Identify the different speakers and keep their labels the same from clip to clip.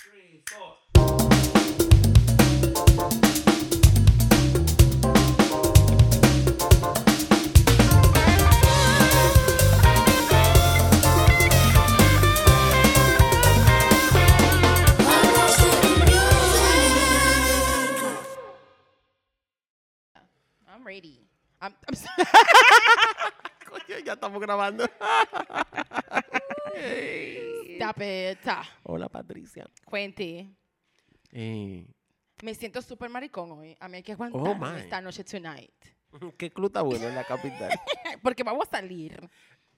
Speaker 1: three, four.
Speaker 2: I'm ready. I'm, I'm so-
Speaker 3: Coño, ya estamos grabando.
Speaker 2: Stop it. Ah,
Speaker 3: Hola, Patricia.
Speaker 2: Cuente.
Speaker 3: Eh,
Speaker 2: Me siento súper maricón hoy. A mí hay que aguantar
Speaker 3: Oh, my.
Speaker 2: esta noche tonight. Eh,
Speaker 3: ¿Qué club está bueno en la capital?
Speaker 2: Porque vamos a salir.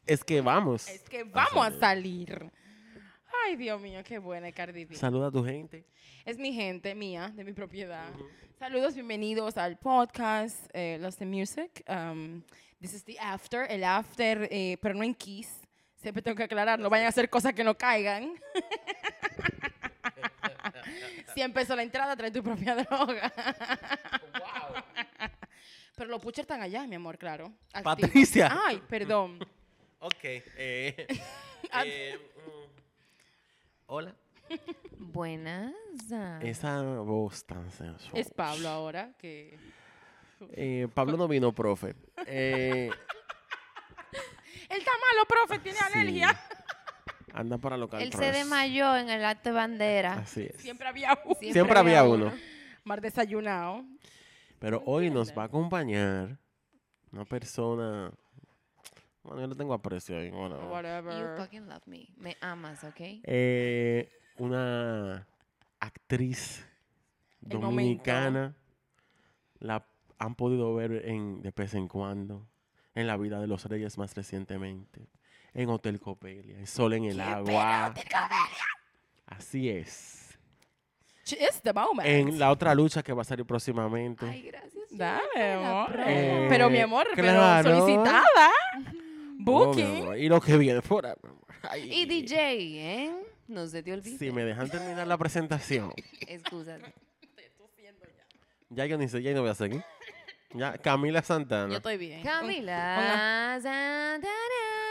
Speaker 3: es que vamos.
Speaker 2: Es que vamos a salir. Ay, Dios mío, qué buena Cardi B.
Speaker 3: Saluda a tu gente.
Speaker 2: Es mi gente mía, de mi propiedad. Saludos, bienvenidos al podcast eh, Lost in Music. Um, this is the after, el after, eh, pero no en Kiss. Siempre tengo que aclarar, no vayan a hacer cosas que no caigan. si empezó la entrada, trae tu propia droga. pero los puchers están allá, mi amor, claro. activos.
Speaker 3: Patricia.
Speaker 2: Ay, perdón.
Speaker 3: Ok. eh, eh, mm. Hola.
Speaker 4: Buenas.
Speaker 3: Esa voz tan sensual.
Speaker 2: es Pablo ahora, que...
Speaker 3: Eh, Pablo no vino, profe. Eh,
Speaker 2: Él está malo, profe, tiene
Speaker 3: sí.
Speaker 2: alergia.
Speaker 3: Anda para local.
Speaker 4: Él se
Speaker 3: trust.
Speaker 4: desmayó en el acto de bandera.
Speaker 3: Así es. Siempre,
Speaker 2: Siempre había uno.
Speaker 3: había uno.
Speaker 2: Mar desayunado.
Speaker 3: Pero hoy nos va a acompañar una persona. Bueno, yo le tengo aprecio ahí. Bueno,
Speaker 4: You
Speaker 2: Whatever.
Speaker 4: fucking love me. Me amas, ¿ok?
Speaker 3: Eh, una actriz
Speaker 2: El momento.
Speaker 3: dominicana. La han podido ver en, de vez en cuando. En la vida de los reyes más recientemente. En Hotel Copelia. En Sol en el Agua. Así es.
Speaker 2: She is the moment.
Speaker 3: En la otra lucha que va a salir próximamente.
Speaker 4: Ay, gracias.
Speaker 2: Dale,
Speaker 4: Jonathan, la
Speaker 2: amor.
Speaker 4: pro.
Speaker 3: Eh,
Speaker 2: pero mi amor,
Speaker 3: claro.
Speaker 2: pero solicitada.
Speaker 3: Oh, mi
Speaker 2: Booking.
Speaker 3: amor, y lo que viene fuera. mi amor. Ay.
Speaker 4: Y DJ, ¿eh? No se te olvide.
Speaker 3: Si me dejan terminar la presentación.
Speaker 4: Excúsate.
Speaker 3: Ya yo ni sé, ya yo no voy a seguir. Ya, Camila Santana.
Speaker 2: Yo estoy bien.
Speaker 4: Camila Santana.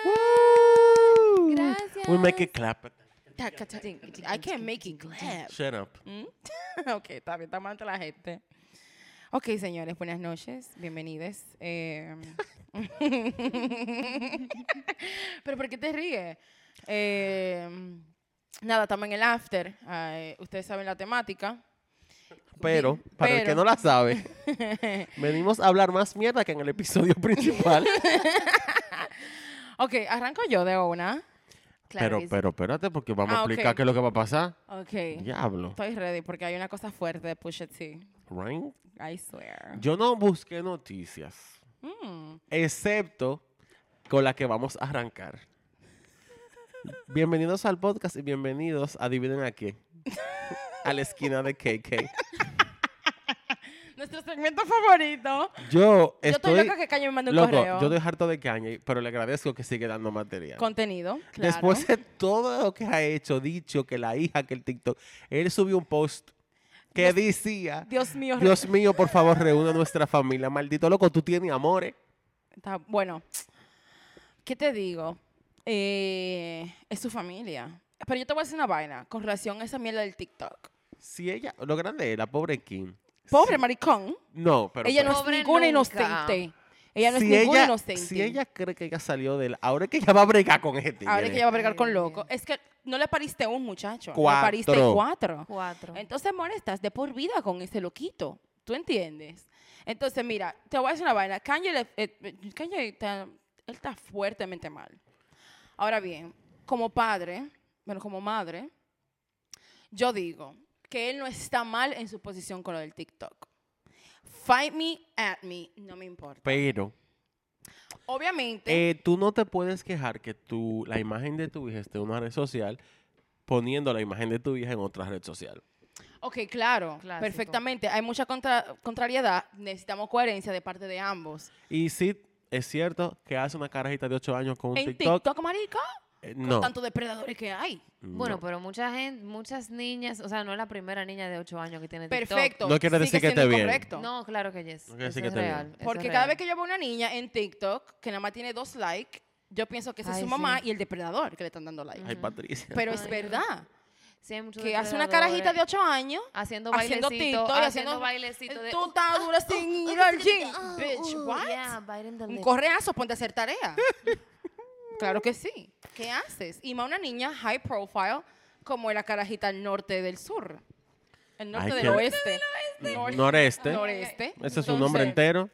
Speaker 3: Woo!
Speaker 4: Gracias.
Speaker 3: We make it clap.
Speaker 2: Ta- ca- ta- I can't make it clap.
Speaker 3: Shut up.
Speaker 2: ok, está bien, estamos ante la gente. Ok, señores, buenas noches. Bienvenidos. Eh, pero ¿por qué te ríes? Eh, nada, estamos en el after. Ay, ustedes saben la temática.
Speaker 3: Pero, para el que
Speaker 2: pero-
Speaker 3: no la sabe, venimos a hablar más mierda que en el episodio principal.
Speaker 2: Ok, arranco yo de una.
Speaker 4: Claro
Speaker 3: pero,
Speaker 4: que sí.
Speaker 3: pero, espérate, porque vamos
Speaker 2: Ah,
Speaker 3: a
Speaker 2: ok.
Speaker 3: explicar qué es lo que va a pasar.
Speaker 2: Ok.
Speaker 3: Diablo.
Speaker 2: Estoy ready porque hay una cosa fuerte de Pusha T.
Speaker 3: Right?
Speaker 2: I swear.
Speaker 3: Yo no busqué noticias,
Speaker 2: Mm.
Speaker 3: excepto con la que vamos a arrancar. Bienvenidos al podcast y bienvenidos a Dividen a qué. A la esquina de KK.
Speaker 2: Nuestro segmento favorito.
Speaker 3: Yo
Speaker 2: Yo
Speaker 3: estoy.
Speaker 2: estoy loca que Caño me mande un
Speaker 3: Loco,
Speaker 2: correo.
Speaker 3: yo estoy harto de Kanye, pero le agradezco que sigue dando material.
Speaker 2: Contenido, claro.
Speaker 3: Después de todo lo que ha hecho, dicho que la hija, que el TikTok, él subió un post que decía,
Speaker 2: Dios mío. re-
Speaker 3: Dios mío, por favor, reúna a nuestra familia. Maldito loco, tú tienes amores.
Speaker 2: Está- bueno, ¿qué te digo? Eh, es su familia. Pero yo te voy a decir una vaina con relación a esa mierda del TikTok.
Speaker 3: Si ella, lo grande es la pobre Kim.
Speaker 2: Pobre
Speaker 3: Si-
Speaker 2: maricón.
Speaker 3: No, pero
Speaker 2: ella no
Speaker 3: espera.
Speaker 2: es
Speaker 4: Pobre
Speaker 2: ninguna
Speaker 4: nunca.
Speaker 2: inocente. Ella no
Speaker 3: si
Speaker 2: es ninguna
Speaker 3: ella,
Speaker 2: inocente.
Speaker 3: Si ella cree que ella salió del... Ahora es que ella va a bregar con este gente.
Speaker 2: Ahora es que ella va a bregar con
Speaker 4: Ay,
Speaker 2: loco. Es que no le pariste un muchacho.
Speaker 3: Cuatro.
Speaker 2: Le pariste cuatro.
Speaker 4: Cuatro.
Speaker 2: Entonces, amor, estás de por vida con ese loquito. ¿Tú entiendes? Entonces, mira, te voy a decir una vaina. Kanye, le- eh, eh, Kanye está, él está fuertemente mal. Ahora bien, como padre, bueno, como madre, yo digo que él no está mal en su posición con lo del TikTok. Fight me, at me, no me importa.
Speaker 3: Pero
Speaker 2: Obviamente,
Speaker 3: eh, tú no te puedes quejar que tu, la imagen de tu hija esté en una red social poniendo la imagen de tu hija en otra red social.
Speaker 2: Ok, claro,
Speaker 4: Clásico.
Speaker 2: perfectamente. Hay mucha contra- contrariedad, necesitamos coherencia de parte de ambos.
Speaker 3: Y sí, es cierto que hace una carajita de 8 años con un
Speaker 2: en
Speaker 3: TikTok.
Speaker 2: TikTok, marica,
Speaker 3: eh,
Speaker 2: con
Speaker 3: no. Mm.
Speaker 2: tantos depredadores que hay.
Speaker 3: no.
Speaker 4: Bueno, pero mucha gente, muchas niñas, o sea, no es la primera niña de ocho años que tiene TikTok.
Speaker 2: Perfecto.
Speaker 3: No quiere
Speaker 2: sigue
Speaker 3: decir que
Speaker 2: siendo
Speaker 3: te viene.
Speaker 2: correcto.
Speaker 4: No, claro que yes.
Speaker 3: No quiere
Speaker 4: Eso
Speaker 3: decir que
Speaker 4: es
Speaker 3: te
Speaker 4: real.
Speaker 3: viene.
Speaker 4: eso es
Speaker 2: Porque cada
Speaker 4: real.
Speaker 2: vez que yo veo una niña en TikTok que nada más tiene dos likes, yo pienso que esa es
Speaker 4: Ay,
Speaker 2: su
Speaker 4: sí.
Speaker 2: mamá y el depredador que le están dando like.
Speaker 3: Ay, Patricia.
Speaker 2: Pero es
Speaker 4: Ay.
Speaker 2: verdad.
Speaker 4: Sí, hay muchos
Speaker 2: que hace una carajita de
Speaker 4: depredadores
Speaker 2: 8 años
Speaker 4: haciendo
Speaker 2: haciendo
Speaker 4: bailecito,
Speaker 2: tito y haciendo eh,
Speaker 4: bailecito de
Speaker 2: Tú estás dura sin ir al gym,
Speaker 4: ah,
Speaker 2: bitch.
Speaker 4: ¡Uh!
Speaker 2: What? Un correazo, ponte a hacer tarea. claro que sí. ¿Qué haces? Y más una niña high profile como la carajita al norte del sur. El norte
Speaker 3: Ay,
Speaker 2: del
Speaker 3: qué-
Speaker 2: oeste. Norte-
Speaker 3: Noreste.
Speaker 2: Noreste.
Speaker 3: Ese es un nombre
Speaker 2: Entonces-
Speaker 3: entero.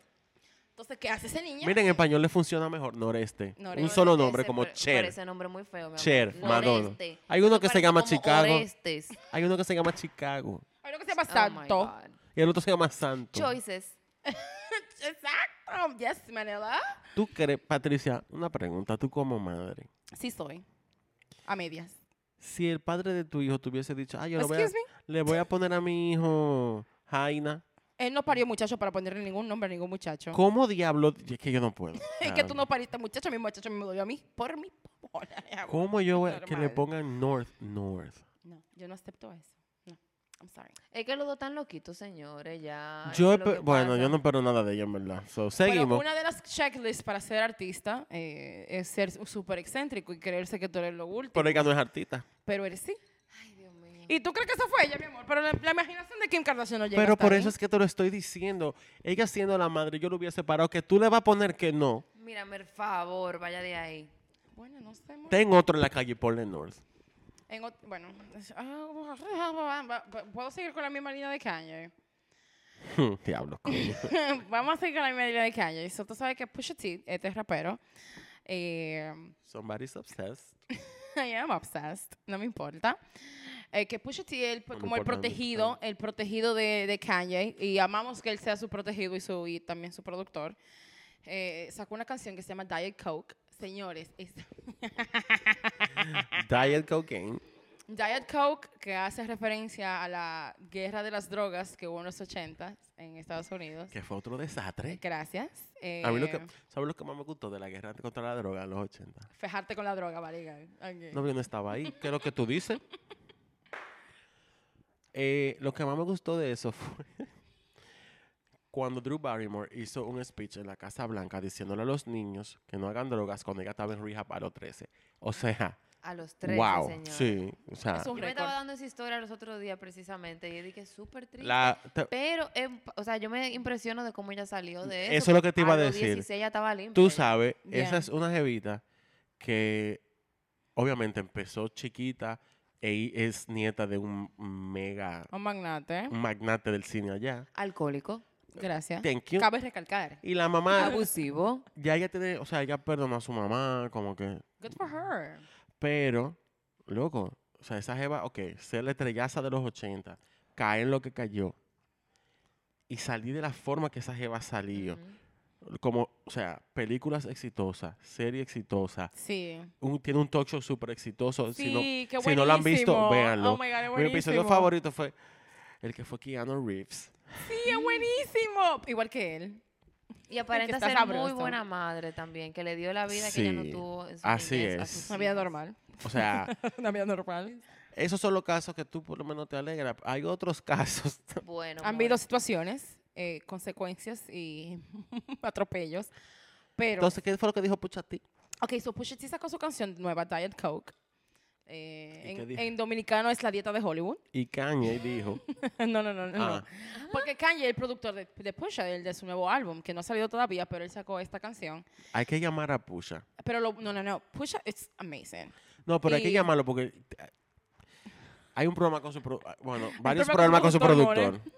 Speaker 2: Entonces, ¿qué hace ese niña?
Speaker 3: Miren, en español le funciona mejor. Noreste.
Speaker 2: Noreste.
Speaker 3: Un solo nombre
Speaker 4: Ese,
Speaker 3: como
Speaker 4: pero-
Speaker 3: Cher.
Speaker 4: pero Ese nombre muy feo, mi amor.
Speaker 3: Cher,
Speaker 4: No,
Speaker 3: Madonna.
Speaker 4: Oreste.
Speaker 3: Hay uno
Speaker 4: Eso
Speaker 3: que se
Speaker 4: parece
Speaker 3: llama
Speaker 4: como
Speaker 3: Chicago.
Speaker 4: Orestes.
Speaker 3: Hay uno que se llama Chicago.
Speaker 2: Hay uno que se llama
Speaker 4: Oh my
Speaker 2: Santo.
Speaker 4: God.
Speaker 3: Y el otro se llama Santo.
Speaker 4: Choices.
Speaker 2: Exacto. Yes, Manela.
Speaker 3: ¿Tú crees, Patricia, una pregunta, tú como madre?
Speaker 2: Sí soy. A medias.
Speaker 3: Si el padre de tu hijo te hubiese dicho, ah, yo lo voy a-
Speaker 2: Excuse me.
Speaker 3: le voy a poner a mi hijo Jaina,
Speaker 2: Él no parió muchacho para ponerle ningún nombre a ningún muchacho.
Speaker 3: ¿cómo diablo? Es que yo no puedo.
Speaker 2: Es que tú no
Speaker 3: Caramba.
Speaker 2: pariste muchacho, mi muchacho me dolió a mí. Por mi pobre.
Speaker 3: ¿Cómo yo voy a que le
Speaker 2: Normal.
Speaker 3: pongan North, North?
Speaker 2: No, yo no acepto eso. No, I'm sorry.
Speaker 4: Es que los dos están loquitos, señores, ya.
Speaker 3: yo,
Speaker 4: eso es lo
Speaker 3: espe-
Speaker 4: que
Speaker 3: bueno,
Speaker 4: pasa.
Speaker 3: yo no espero nada de ella, en verdad. So,
Speaker 2: Bueno,
Speaker 3: seguimos.
Speaker 2: una de las checklists para ser artista eh, es ser súper excéntrico y creerse que tú eres lo último.
Speaker 3: Pero ella no es artista.
Speaker 2: Pero eres sí.
Speaker 4: Ay, Dios mío.
Speaker 2: Y tú crees que eso fue ella, mi amor. Pero la, la imaginación de Kim Kardashian no llega.
Speaker 3: Pero
Speaker 2: hasta
Speaker 3: por
Speaker 2: ahí.
Speaker 3: eso es que te lo estoy diciendo. Ella siendo la madre, yo lo hubiese parado. Que tú le vas a poner que no.
Speaker 4: Mírame, por favor, vaya de ahí.
Speaker 2: Bueno, no sé. amor.
Speaker 3: Ten otro en la calle, ponle North.
Speaker 2: En ot- bueno, es- puedo seguir con la misma línea de Kanye.
Speaker 3: Diablo, coño.
Speaker 2: Vamos a seguir con la misma línea de Kanye. So, tú sabes que Pusha T, este rapero, eh,
Speaker 3: Somebody's obsessed.
Speaker 2: I am obsessed, no me importa. Eh, que Pusha T, él, pues,
Speaker 3: No me
Speaker 2: como el
Speaker 3: importa, no me
Speaker 2: protegido,
Speaker 3: importa.
Speaker 2: el protegido de, de Kanye, y amamos que él sea su protegido y, su, y también su productor, eh, sacó una canción que se llama Diet Coke. Señores, es
Speaker 3: Diet cocaine.
Speaker 2: Diet Coke, que hace referencia a la guerra de las drogas que hubo en los 80 en Estados Unidos.
Speaker 3: Que fue otro desastre.
Speaker 2: Gracias.
Speaker 3: A mí lo que,
Speaker 2: Eh,
Speaker 3: ¿Sabes lo que más me gustó de la guerra contra la droga en los 80?
Speaker 2: Fejarte con la droga, Variga. Ok.
Speaker 3: No, yo no estaba ahí. ¿Qué es lo que tú dices? Eh, lo que más me gustó de eso fue cuando Drew Barrymore hizo un speech en la Casa Blanca diciéndole a los niños que no hagan drogas cuando ella estaba en rehab a los 13. O sea,
Speaker 4: A los tres,
Speaker 3: wow.
Speaker 4: señor.
Speaker 3: Sí, o sea,
Speaker 2: Es un
Speaker 4: Yo me estaba
Speaker 2: récord.
Speaker 4: dando esa historia los otros días precisamente y yo dije súper triste.
Speaker 3: la, te-
Speaker 4: Pero, eh, o sea, yo me impresiono de cómo ella salió de eso.
Speaker 3: Eso es lo que te iba a
Speaker 4: los
Speaker 3: decir.
Speaker 4: 16 ella estaba limpia.
Speaker 3: Tú
Speaker 4: ya.
Speaker 3: sabes,
Speaker 2: Ya.
Speaker 3: esa es una jevita que obviamente empezó chiquita e i- es nieta de un mega
Speaker 2: Un magnate.
Speaker 3: un magnate del cine allá.
Speaker 4: Alcohólico,
Speaker 2: Gracias.
Speaker 3: Thank you.
Speaker 2: Cabe recalcar.
Speaker 3: Y la mamá,
Speaker 4: abusivo.
Speaker 3: ya ella tiene, o sea, ella perdonó a su mamá, como que,
Speaker 2: Good for her.
Speaker 3: pero, loco, o sea, esa jeva, ok, ser la estrellaza de los 80, caer en lo que cayó y salir de la forma que esa jeva salió.
Speaker 4: Ujú.
Speaker 3: Como, o sea, películas exitosas, serie exitosa,
Speaker 2: Sí.
Speaker 3: un- tiene un talk show súper exitoso.
Speaker 2: Sí,
Speaker 3: si, no,
Speaker 2: qué
Speaker 3: si no lo han visto,
Speaker 2: buenísimo.
Speaker 3: véanlo.
Speaker 2: Oh my God, es
Speaker 3: Mi episodio
Speaker 2: buenísimo.
Speaker 3: favorito fue el que fue Keanu Reeves.
Speaker 2: Sí, es buenísimo. Igual que él.
Speaker 4: Y aparenta
Speaker 2: está
Speaker 4: ser muy
Speaker 2: sabroso.
Speaker 4: buena madre también, que le dio la vida que ella no
Speaker 3: Sí,
Speaker 4: tuvo en su
Speaker 3: así
Speaker 4: niñez a
Speaker 3: es.
Speaker 4: sus
Speaker 2: Una vida
Speaker 4: hijos.
Speaker 2: normal.
Speaker 3: O sea,
Speaker 2: Una vida normal.
Speaker 3: esos son los casos que tú por lo menos te alegras. Hay otros casos.
Speaker 4: Bueno,
Speaker 2: Han
Speaker 4: more.
Speaker 2: habido situaciones, eh, consecuencias y atropellos. Pero
Speaker 3: Entonces, ¿qué fue lo que dijo Puchati?
Speaker 2: Ok, so Pusha T sacó su canción nueva, Diet Coke. Eh,
Speaker 3: ¿Y qué
Speaker 2: en,
Speaker 3: dijo?
Speaker 2: en dominicano es la dieta de Hollywood.
Speaker 3: Y Kanye dijo,
Speaker 2: no, no, no, no.
Speaker 3: ah,
Speaker 2: Porque Kanye, el productor de, de Pusha, el de su nuevo álbum, que no ha salido todavía, pero él sacó esta canción.
Speaker 3: hay que llamar a Pucha.
Speaker 2: Pero lo- no, no, no. Pusha, it's amazing.
Speaker 3: No, pero hay que
Speaker 2: Y-
Speaker 3: llamarlo porque eh, hay un programa con su pro- ah, Bueno, varios
Speaker 2: programa con
Speaker 3: programas con su
Speaker 2: productor,
Speaker 3: productor.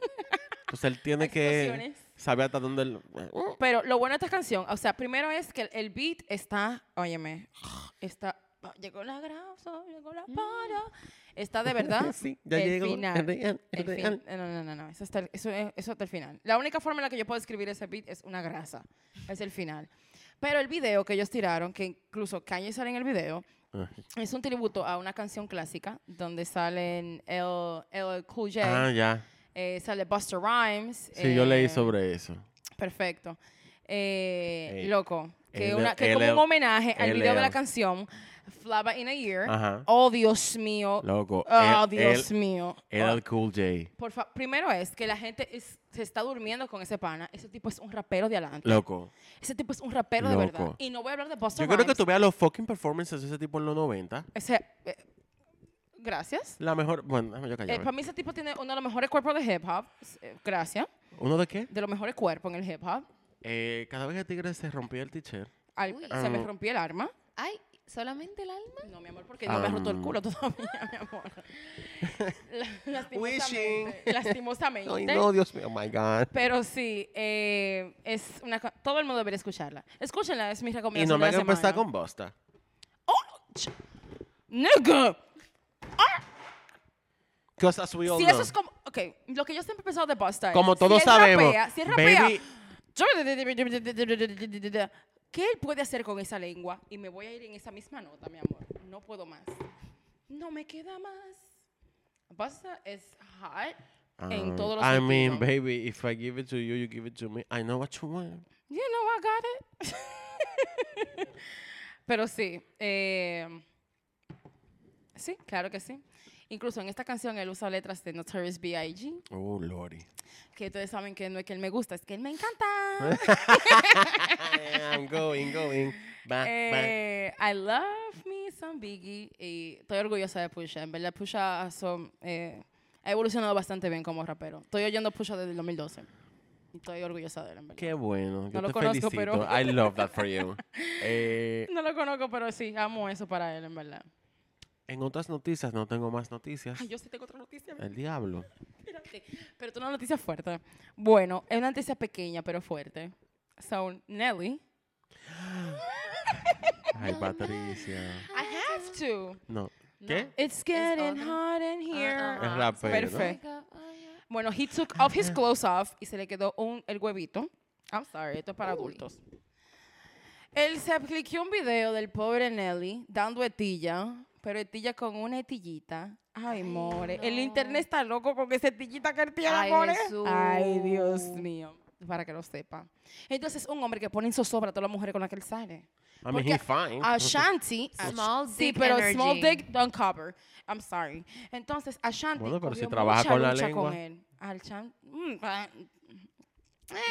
Speaker 3: Entonces, él tiene
Speaker 2: Hay
Speaker 3: que
Speaker 2: situaciones.
Speaker 3: saber hasta dónde... eh, oh, él-
Speaker 2: Pero lo bueno de esta canción, o sea, primero es que el, el beat está, óyeme, está, llegó la grasa, llegó la para. Está de verdad.
Speaker 3: Mm. eh, sí, ya
Speaker 2: el
Speaker 3: llegó.
Speaker 2: final.
Speaker 3: real,
Speaker 2: El fin-
Speaker 3: real.
Speaker 2: eh, No, no, no, no. Eso, está, eso, es- eso hasta el final. La única forma en la que yo puedo escribir ese beat es una grasa. Es el final. Pero el video que ellos tiraron, que incluso Kanye sale en el video,
Speaker 3: Ay.
Speaker 2: es un tributo a una canción clásica donde salen el, el Cool J,
Speaker 3: Ah, ya.
Speaker 2: eh, sale Buster Rhymes.
Speaker 3: Sí, yo leí
Speaker 2: eh,
Speaker 3: sobre eso.
Speaker 2: Perfecto. Eh,
Speaker 3: Ey,
Speaker 2: loco. Que,
Speaker 3: LL,
Speaker 2: una, que como un homenaje al video de la
Speaker 3: LL.
Speaker 2: canción Flava in a Year.
Speaker 3: Ajá.
Speaker 2: Oh, Dios mío.
Speaker 3: Loco.
Speaker 2: Oh,
Speaker 3: el-
Speaker 2: Dios
Speaker 3: el-
Speaker 2: mío.
Speaker 3: el
Speaker 2: Oh.
Speaker 3: LL Cool J.
Speaker 2: Por fa- primero es que la gente es- se está durmiendo con ese pana. Ese tipo es un rapero de adelante.
Speaker 3: Loco.
Speaker 2: Ese tipo es un rapero de
Speaker 3: Loco.
Speaker 2: verdad. Y no voy a hablar de Busta
Speaker 3: Yo creo que
Speaker 2: Rhymes.
Speaker 3: tú veas los fucking performances de ese tipo en los 90.
Speaker 2: Ese, eh, Gracias.
Speaker 3: La mejor. Bueno, déjame yo
Speaker 2: Eh,
Speaker 3: callarme.
Speaker 2: para mí ese tipo tiene uno de los mejores cuerpos de hip hop. Eh, Gracias.
Speaker 3: ¿Uno de qué?
Speaker 2: De los mejores cuerpos en el hip hop.
Speaker 3: Eh, cada vez que Tigres se rompía el t-shirt.
Speaker 2: Al-
Speaker 4: Uy.
Speaker 2: se me
Speaker 3: Ah.
Speaker 2: rompió el arma.
Speaker 4: Ay, solamente el alma.
Speaker 2: No, mi amor, porque no
Speaker 3: Ah,
Speaker 2: me ha roto el
Speaker 3: mm.
Speaker 2: culo todavía, mi amor. La- lastimosamente. lastimosamente.
Speaker 3: Ay, no, Dios mío, oh my God.
Speaker 2: Pero sí, eh, es una co- todo el mundo debería escucharla. Escúchenla, es mi
Speaker 3: Y
Speaker 2: recomendación.
Speaker 3: no me
Speaker 2: de
Speaker 3: hagas
Speaker 2: la
Speaker 3: empezar
Speaker 2: semana. Oh,
Speaker 3: con bosta.
Speaker 2: ¡Nigga!
Speaker 3: Cosas we all
Speaker 2: Si
Speaker 3: know.
Speaker 2: eso es como. Ok, lo que yo siempre he pensado de Busta es,
Speaker 3: Como todos
Speaker 2: si él
Speaker 3: sabemos,
Speaker 2: rapea, si él rapea,
Speaker 3: baby-
Speaker 2: yo- ¿Qué él puede hacer con esa lengua? Y me voy a ir en esa misma nota, mi amor. No puedo más. No me queda más. Busta es hot en
Speaker 3: Ah,
Speaker 2: todos los
Speaker 3: I mean,
Speaker 2: sentidos.
Speaker 3: baby, if I give it to you, you give it to me. I know what you want.
Speaker 2: You know I got it. Pero sí, eh, sí, claro que sí. Incluso en esta canción él usa letras de Notorious B.I.G.,
Speaker 3: Oh, Lordy.
Speaker 2: que ustedes saben que no es que él me gusta, es que él me encanta.
Speaker 3: I'm going, going. Ba, ba.
Speaker 2: Eh, I love me some Biggie y estoy orgullosa de Pusha. En verdad, Pusha son, eh, ha evolucionado bastante bien como rapero. Estoy oyendo Pusha desde el 2012 y estoy orgullosa de él, en verdad.
Speaker 3: Qué bueno.
Speaker 2: No
Speaker 3: Yo
Speaker 2: lo
Speaker 3: te
Speaker 2: conozco,
Speaker 3: felicito.
Speaker 2: pero-
Speaker 3: I love that for you. Eh,
Speaker 2: No lo conozco, pero sí, amo eso para él, en verdad.
Speaker 3: en otras noticias, no tengo más noticias.
Speaker 2: Ay, yo sí tengo otra noticia.
Speaker 3: El diablo.
Speaker 2: Espérate, Pero tú una noticia fuerte. Bueno, es una noticia pequeña, pero fuerte. So, Nelly.
Speaker 3: Ay, Patricia.
Speaker 2: I
Speaker 4: Ah,
Speaker 2: have to.
Speaker 3: No. ¿Qué?
Speaker 2: It's Uh-uh. getting
Speaker 4: otra.
Speaker 2: hot in here.
Speaker 4: Ah,
Speaker 3: Es rapero.
Speaker 2: Perfecto. Bueno, he took off his clothes off y se le quedó un, el huevito. I'm sorry, esto es para adultos. Él se cliqueó un video del pobre Nelly dando etilla, pero etilla con una etillita. Ay,
Speaker 4: Ay,
Speaker 2: more. El
Speaker 4: no.
Speaker 2: internet está loco con esa etillita que él tiene,
Speaker 4: Ay,
Speaker 2: more.
Speaker 4: Jesús.
Speaker 2: Ay, Dios mío. Para que lo sepa. Entonces, un hombre que pone en zozobra a todas las mujeres con las que él sale.
Speaker 3: I mean,
Speaker 2: Porque
Speaker 3: he's fine.
Speaker 2: A Ashanti. a-
Speaker 4: Small
Speaker 2: sí,
Speaker 4: dick
Speaker 2: pero
Speaker 4: energy.
Speaker 2: small dick don't cover. I'm sorry. Entonces, Ashanti
Speaker 3: Bueno, pero si
Speaker 2: cogió
Speaker 3: trabaja
Speaker 2: mucha
Speaker 3: con la
Speaker 2: lucha
Speaker 3: lengua.
Speaker 2: con él. Al chan- mm, ah,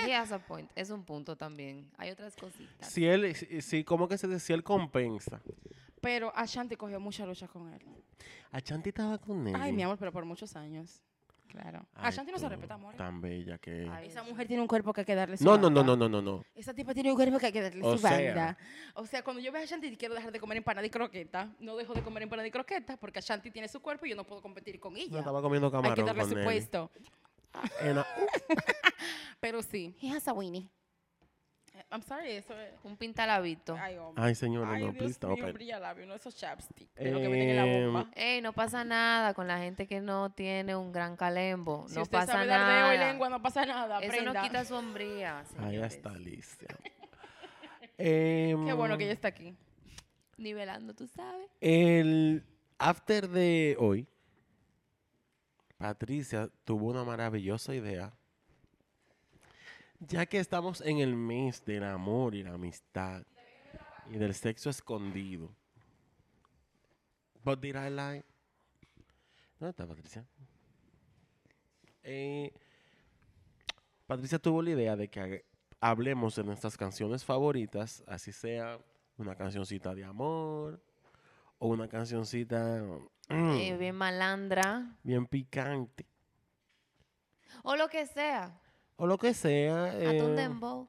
Speaker 4: He has a point. Es un punto también. Hay otras cositas.
Speaker 3: Si él, si, si- ¿cómo que se dice? Si él compensa.
Speaker 2: Pero Ashanti cogió mucha lucha con él.
Speaker 3: A Chanti estaba con él.
Speaker 2: Ay, mi amor, pero por muchos años. Claro.
Speaker 3: Ay,
Speaker 2: Ashanti no se
Speaker 3: tú,
Speaker 2: respeta, amor. ¿eh?
Speaker 3: Tan bella que.
Speaker 4: Ay,
Speaker 2: Esa mujer tiene un cuerpo que hay que darle su
Speaker 3: no, no, no,
Speaker 2: banda.
Speaker 3: no, no, no, no.
Speaker 2: Esa tipa tiene un cuerpo que hay que darle
Speaker 3: O
Speaker 2: su
Speaker 3: sea.
Speaker 2: banda. O sea, cuando yo veo a Ashanti quiero dejar de comer empanada y croqueta. No dejo de comer empanada y croqueta porque Ashanti tiene su cuerpo y yo no puedo competir con
Speaker 3: No
Speaker 2: ella.
Speaker 3: estaba comiendo
Speaker 2: hay que
Speaker 3: camarón
Speaker 2: darle
Speaker 3: con
Speaker 2: su pues.
Speaker 3: él.
Speaker 2: puesto.
Speaker 3: En la- ¡Uh!
Speaker 2: Pero sí. He has a Winnie. Eh, I'm sorry, eso es...
Speaker 4: Un pintalabito.
Speaker 2: Ay, hombre.
Speaker 3: Ay, señor, no,
Speaker 2: Ay,
Speaker 3: no, please
Speaker 2: Dios
Speaker 3: stop
Speaker 2: mío,
Speaker 3: it.
Speaker 2: brilla labio, no esos chapstick de lo que venden en la
Speaker 3: Em,
Speaker 2: bomba.
Speaker 4: Ey, no pasa nada con la gente que no tiene un gran calembo.
Speaker 2: Si
Speaker 4: no
Speaker 2: usted
Speaker 4: pasa
Speaker 2: sabe
Speaker 4: nada.
Speaker 2: dardeo y lengua, no pasa nada.
Speaker 4: Eso no
Speaker 2: aprenda.
Speaker 4: quita su hombría.
Speaker 3: Ahí
Speaker 4: señores.
Speaker 3: está Alicia. Em,
Speaker 2: Qué bueno que ella está aquí.
Speaker 4: Nivelando, tú sabes.
Speaker 3: El after de hoy, Patricia tuvo una maravillosa idea. Ya que estamos en el mes del amor y la amistad y del sexo escondido. But did I lie? ¿Dónde está Patricia? Eh, Patricia tuvo la idea de que haga- hablemos de nuestras canciones favoritas, así sea una cancioncita de amor o una cancioncita mm,
Speaker 4: Eh, bien malandra.
Speaker 3: bien picante
Speaker 4: O lo que sea.
Speaker 3: o lo que sea.
Speaker 4: Hasta un
Speaker 3: eh,
Speaker 4: dembow.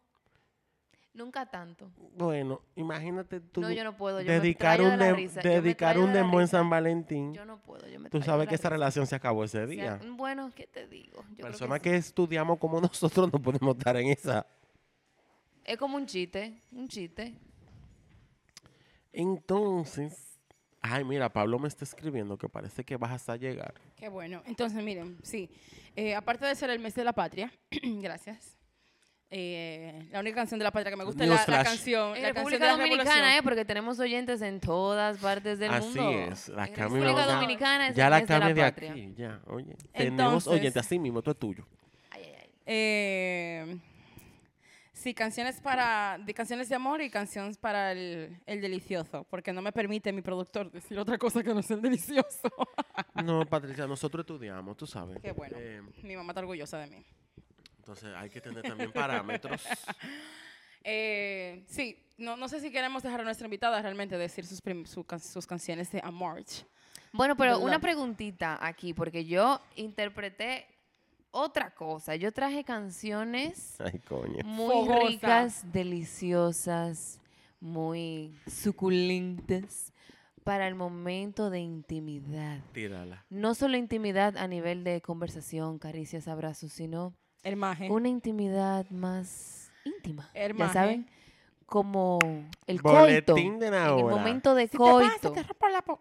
Speaker 4: Nunca tanto.
Speaker 3: bueno, imagínate tú
Speaker 4: No, yo no puedo. Yo me
Speaker 3: dedicar
Speaker 4: traigo
Speaker 3: un,
Speaker 4: de la
Speaker 3: dem-
Speaker 4: risa, yo me
Speaker 3: dedicar
Speaker 4: traigo
Speaker 3: un
Speaker 4: de la
Speaker 3: dembow en
Speaker 4: risa.
Speaker 3: San Valentín.
Speaker 4: Yo no puedo. Yo me
Speaker 3: Tú
Speaker 4: traigo
Speaker 3: sabes
Speaker 4: la
Speaker 3: que esa
Speaker 4: risa. mm,
Speaker 3: relación se acabó ese
Speaker 4: O sea,
Speaker 3: día.
Speaker 4: Bueno, ¿qué te digo? Yo creo
Speaker 3: Personas
Speaker 4: sí.
Speaker 3: que estudiamos como nosotros no podemos estar en esa.
Speaker 4: Es como un chiste. Un chiste.
Speaker 3: Entonces, ay, mira, Pablo me está escribiendo que parece que vas a llegar.
Speaker 2: Qué bueno. Entonces, miren, sí. eh, aparte de ser el mes de la patria, gracias. eh, la única canción de la patria que me gusta es la, la
Speaker 3: Newsflash.
Speaker 2: canción.
Speaker 4: En Eh,
Speaker 2: la canción de
Speaker 4: República
Speaker 2: la
Speaker 4: Dominicana,
Speaker 2: revolución.
Speaker 4: ¿eh? Porque tenemos oyentes en todas partes del
Speaker 3: así
Speaker 4: mundo.
Speaker 3: es, la
Speaker 4: En
Speaker 3: cambio-
Speaker 4: República
Speaker 3: ya-
Speaker 4: Dominicana es
Speaker 3: ya
Speaker 4: el
Speaker 3: la
Speaker 4: mes de
Speaker 3: cambio de
Speaker 4: la patria.
Speaker 3: aquí, ya, oye. Tenemos
Speaker 2: Entonces-
Speaker 3: oyente así mismo, esto es tuyo.
Speaker 4: Ay, ay, ay.
Speaker 2: Eh, sí, canciones para de canciones de amor y canciones para el, el delicioso, porque no me permite mi productor decir otra cosa que no sea el delicioso.
Speaker 3: No, Patricia, nosotros estudiamos, tú sabes.
Speaker 2: Qué bueno.
Speaker 3: Eh,
Speaker 2: mi mamá está orgullosa de mí.
Speaker 3: entonces hay que tener también parámetros.
Speaker 2: Eh, sí, no, no sé si queremos dejar a nuestra invitada realmente decir sus, prim- su can- sus canciones de amor.
Speaker 4: Bueno, pero
Speaker 2: The
Speaker 4: una
Speaker 2: Love.
Speaker 4: preguntita aquí, porque yo interpreté otra cosa. Yo traje canciones
Speaker 3: Ay, coño.
Speaker 4: muy
Speaker 2: Fogosa.
Speaker 4: ricas, deliciosas, muy suculentas para el momento de intimidad.
Speaker 3: Tírala.
Speaker 4: No solo intimidad a nivel de conversación, caricias, abrazos, sino
Speaker 2: El maje.
Speaker 4: una intimidad más íntima.
Speaker 2: Eh. Hermaje.
Speaker 4: Ya saben, como el coito.
Speaker 3: Boletín de
Speaker 4: en el
Speaker 3: Nahora.
Speaker 4: momento de
Speaker 2: Si te pasa,
Speaker 4: coito.
Speaker 2: te rompo la po-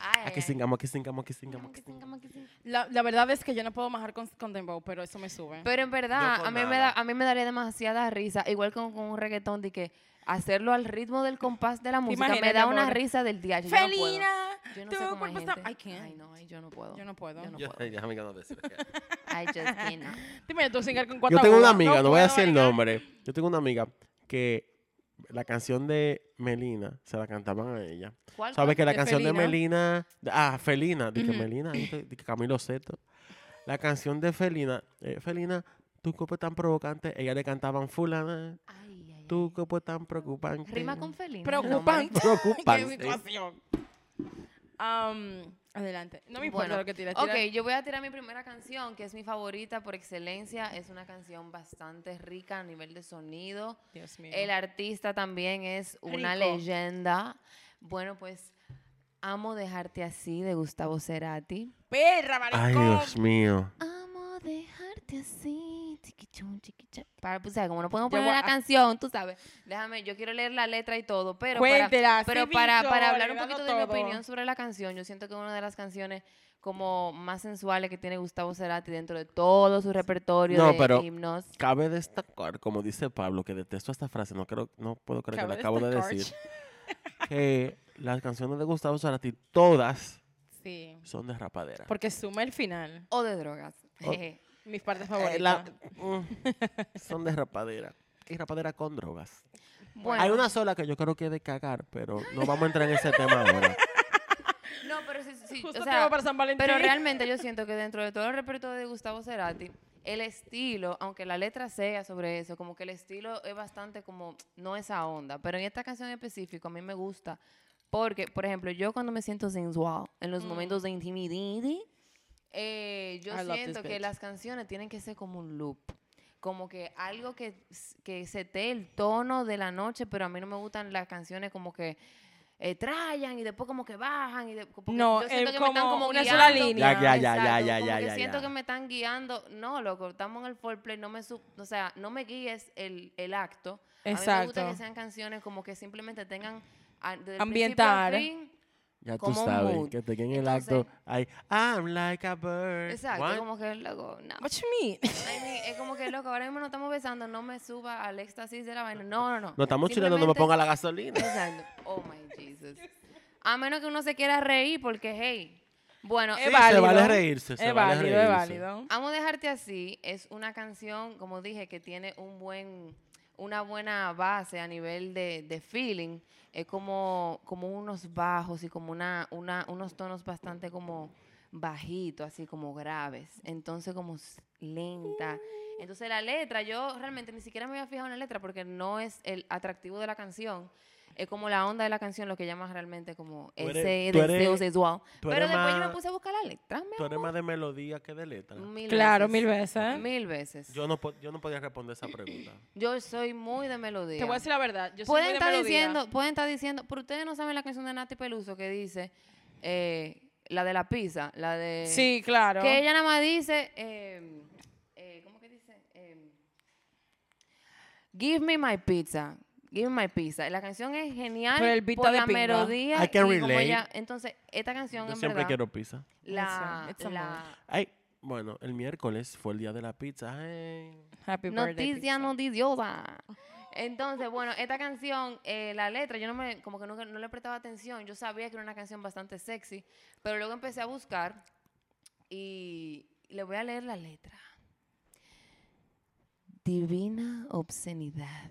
Speaker 4: Ay,
Speaker 3: Aquí
Speaker 4: ay,
Speaker 3: singamos, aquí singamos, aquí
Speaker 4: ay.
Speaker 3: singamos. Aquí singamos.
Speaker 2: La, la verdad es que yo no puedo majar con, con Dembow, pero eso me sube.
Speaker 4: Pero en verdad,
Speaker 3: con
Speaker 4: a mí, me da,
Speaker 3: nada.
Speaker 4: a mí me daría demasiada risa, igual con, con un reggaetón, de que hacerlo al ritmo del compás de la música me
Speaker 2: imaginas,
Speaker 4: da
Speaker 2: mi
Speaker 4: una
Speaker 2: amor?
Speaker 4: risa del día. Yo no puedo.
Speaker 2: Felina,
Speaker 4: Yo no
Speaker 2: tu
Speaker 4: sé cómo hay
Speaker 2: cuerpo está-
Speaker 4: gente.
Speaker 2: I can't.
Speaker 4: Ay, no, ay, yo no puedo.
Speaker 2: Yo no puedo.
Speaker 4: Yo no
Speaker 3: Yo-
Speaker 4: puedo.
Speaker 3: déjame que no decir.
Speaker 4: I just cannot.
Speaker 2: Dime, tú singar con cuatro
Speaker 3: Yo tengo una
Speaker 2: agujas.
Speaker 3: amiga, no voy
Speaker 2: puedo,
Speaker 3: a decir el
Speaker 2: nena.
Speaker 3: nombre. Yo tengo una amiga que la canción de Melina se la cantaban a ella.
Speaker 4: ¿Cuál,
Speaker 3: ¿Sabes que la
Speaker 2: de
Speaker 3: canción de
Speaker 2: Felina?
Speaker 3: Melina? de- Ah, Felina. Dije
Speaker 2: Ujú.
Speaker 3: Melina, dije dije Camilo Seto. La canción de Felina, eh, Felina, tu cuerpo es tan provocante. Ella le cantaban Fulana,
Speaker 4: cuál? Ay, ay,
Speaker 3: tu cuerpo es tan preocupante.
Speaker 4: ay. Rima con Felina.
Speaker 2: Preocupante. Qué
Speaker 3: Preocupante.
Speaker 2: situación. Am, adelante. No me importa
Speaker 4: Bueno,
Speaker 2: lo que tires. tira-
Speaker 4: Ok, yo voy a tirar mi primera canción, que es mi favorita por excelencia. Es una canción bastante rica a nivel de sonido.
Speaker 2: Dios mío.
Speaker 4: El artista también es una
Speaker 2: Rico.
Speaker 4: leyenda. Bueno, pues amo dejarte así de Gustavo Cerati.
Speaker 2: Perra,
Speaker 3: Ay,
Speaker 2: maricón.
Speaker 3: Dios mío.
Speaker 4: Amo dejarte así, chiquichón, chiquichón. Para, pues, ¿sabes? como no podemos
Speaker 2: Yo
Speaker 4: poner
Speaker 2: voy
Speaker 4: la
Speaker 2: a-
Speaker 4: canción, tú sabes. Déjame, yo quiero leer la letra y todo, pero
Speaker 2: Cuéntela,
Speaker 4: para, pero
Speaker 2: sí,
Speaker 4: para,
Speaker 2: Víctor,
Speaker 4: para hablar un
Speaker 2: dalo
Speaker 4: poquito de mi
Speaker 2: todo.
Speaker 4: opinión sobre la canción, yo siento que es una de las canciones como más sensuales que tiene Gustavo Cerati dentro de todo su repertorio
Speaker 3: No,
Speaker 4: de
Speaker 3: pero-
Speaker 4: himnos.
Speaker 3: Cabe destacar, como dice Pablo, que detesto esta frase, no creo, no puedo creer que
Speaker 2: Cabe
Speaker 3: la acabo de
Speaker 2: destacar.
Speaker 3: decir, que las canciones de Gustavo Cerati todas
Speaker 2: Sí.
Speaker 3: son de rapadera.
Speaker 2: Porque suma el final.
Speaker 4: O de drogas.
Speaker 3: O-
Speaker 4: Jeje.
Speaker 2: Mis partes
Speaker 3: Eh,
Speaker 2: favoritas.
Speaker 3: la- mm, son de rapadera. Y rapadera con drogas.
Speaker 4: Bueno,
Speaker 3: Hay una sola que yo creo que es de cagar, pero no vamos a entrar en ese tema ahora.
Speaker 4: no, pero sí, sí,
Speaker 2: Justo
Speaker 4: o
Speaker 2: te
Speaker 4: sea,
Speaker 2: va para San Valentín.
Speaker 4: Pero realmente yo siento que dentro de todo el repertorio de Gustavo Cerati, el estilo, aunque la letra sea sobre eso, como que el estilo es bastante como, no esa onda. Pero en esta canción en específico a mí me gusta. Porque, por ejemplo, yo cuando me siento sensual, en los
Speaker 2: Mm.
Speaker 4: momentos de intimidad, eh, yo
Speaker 2: I love this
Speaker 4: siento que
Speaker 2: bitch.
Speaker 4: las canciones tienen que ser como un loop. Como que algo que, s- que se te el tono de la noche, pero a mí no me gustan las canciones como que eh, trayan y después como que bajan. Y de- porque
Speaker 2: No,
Speaker 4: yo siento
Speaker 2: eh,
Speaker 4: que me están
Speaker 2: como
Speaker 4: como
Speaker 2: una sola
Speaker 4: guiando.
Speaker 2: línea.
Speaker 3: Ya, ya, ya, ya,
Speaker 4: Exacto,
Speaker 3: ya,
Speaker 4: como
Speaker 3: ya,
Speaker 4: que
Speaker 3: ya,
Speaker 4: siento
Speaker 3: ya.
Speaker 4: que me están guiando. No, loco, estamos en el foreplay, no me sub- o sea, no me guíes el, el acto. A mí me gusta
Speaker 2: Exacto.
Speaker 4: que sean canciones como que simplemente tengan ah, desde el
Speaker 2: Ambientar.
Speaker 4: principio al fin,
Speaker 3: Ya tú
Speaker 4: Como un
Speaker 3: sabes
Speaker 4: mood.
Speaker 3: que te queden el
Speaker 4: Entonces-
Speaker 3: acto. Hay, I'm like a bird.
Speaker 4: Exacto,
Speaker 3: What?
Speaker 4: como que loco, no.
Speaker 2: What you mean?
Speaker 4: I mean, es como que loco, ahora mismo no estamos besando, no me suba al éxtasis de la vaina. No, no, no.
Speaker 3: No estamos chileno, no me
Speaker 4: Simplemente-
Speaker 3: ponga la gasolina.
Speaker 4: Exacto. Oh my Jesus. A menos que uno se quiera reír, porque hey. Bueno,
Speaker 2: Es
Speaker 3: Sí,
Speaker 2: válido.
Speaker 3: se vale reírse, se
Speaker 2: es
Speaker 3: vale
Speaker 2: válido, es
Speaker 3: reírse.
Speaker 2: válido.
Speaker 4: Amo dejarte así es una canción, como dije, que tiene un buen, una buena base a nivel de, de feeling. Es como, como unos bajos y como una, una, unos tonos bastante como bajitos, así como graves. Entonces como s- lenta. Entonces la letra, yo realmente ni siquiera me había fijado en la letra porque no es el atractivo de la canción. Es como la onda de la canción lo que llamas realmente como
Speaker 3: Tú eres-
Speaker 4: ese
Speaker 3: tú eres-
Speaker 4: deseo sexual.
Speaker 3: tú
Speaker 4: Pero
Speaker 3: eres
Speaker 4: después yo me
Speaker 3: más-
Speaker 4: puse a buscar la letra. mi
Speaker 3: Tú eres más de melodía que de letra.
Speaker 4: amor. Mil
Speaker 2: Claro,
Speaker 4: veces.
Speaker 2: mil veces.
Speaker 4: Mil veces. Yo,
Speaker 3: Yo no, po- yo no podía responder esa pregunta.
Speaker 4: soy muy de melodía.
Speaker 2: Te voy a decir la verdad. Yo soy
Speaker 4: pueden
Speaker 2: muy de
Speaker 4: estar
Speaker 2: melodía.
Speaker 4: diciendo, pueden estar diciendo, pero ustedes no saben la canción de Nati Peluso que dice eh, la de la pizza, la de
Speaker 2: Sí, claro.
Speaker 4: que ella nada más dice, eh, eh, ¿cómo que dice? Eh, Give me my pizza. Give me my pizza. La canción es genial
Speaker 2: Por el beat
Speaker 4: por
Speaker 2: de
Speaker 4: la
Speaker 2: Pimba.
Speaker 4: melodía
Speaker 3: I can
Speaker 4: y como
Speaker 3: relate.
Speaker 4: ella- entonces esta canción
Speaker 3: Yo
Speaker 4: en
Speaker 3: siempre
Speaker 4: verdad
Speaker 3: quiero pizza.
Speaker 4: la,
Speaker 2: It's a
Speaker 4: la
Speaker 3: Ay, bueno, el miércoles fue el día de la pizza. Ay.
Speaker 2: Happy birthday,
Speaker 4: Noticia
Speaker 2: pizza.
Speaker 4: noticiosa. Entonces, bueno, esta canción, eh, la letra, yo no me, como que nunca, no le prestaba atención. Yo sabía que era una canción bastante sexy, pero luego empecé a buscar y le voy a leer la letra. Divina obscenidad.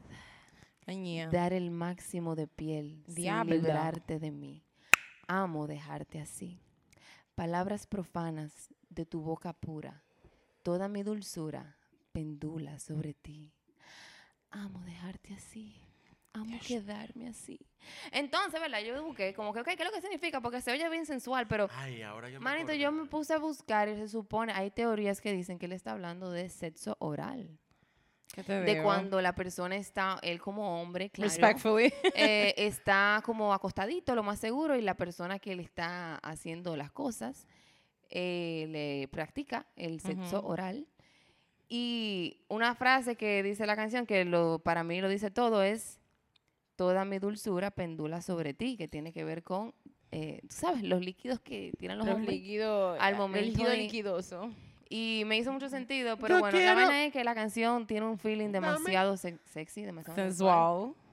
Speaker 2: Ay, ña.
Speaker 4: Dar el máximo de piel
Speaker 2: Diablo.
Speaker 4: sin librarte de mí. Amo dejarte así. Palabras profanas de tu boca pura. Toda mi dulzura pendula sobre ti. Amo dejarte así. Amo quedarme así. Entonces, ¿verdad? Yo busqué como que, ok, ¿qué es lo que significa? Porque se oye bien sensual, pero
Speaker 3: Ay, ahora yo me
Speaker 4: Manito,
Speaker 3: acordé.
Speaker 4: yo me puse a buscar y se supone, hay teorías que dicen que él está hablando de sexo oral.
Speaker 2: ¿Qué te
Speaker 4: De
Speaker 2: digo?
Speaker 4: cuando la persona está, él como hombre, claro,
Speaker 2: Respectfully.
Speaker 4: eh, está como acostadito, lo más seguro, y la persona que le está haciendo las cosas eh, le practica el sexo
Speaker 2: Ujú.
Speaker 4: oral. Y una frase que dice la canción, que lo, para mí lo dice todo, es toda mi dulzura pendula sobre ti, que tiene que ver con, eh, tú sabes, los líquidos que tiran los,
Speaker 2: Los
Speaker 4: hombres.
Speaker 2: líquidos.
Speaker 4: al
Speaker 2: el
Speaker 4: momento
Speaker 2: líquido
Speaker 4: de-
Speaker 2: liquidoso.
Speaker 4: Y me hizo mucho sentido, pero
Speaker 3: Yo
Speaker 4: bueno, la
Speaker 3: quiero-
Speaker 4: vaina es que la canción tiene un feeling
Speaker 3: Dame.
Speaker 4: demasiado se- sexy, demasiado sensual.
Speaker 2: Sensual.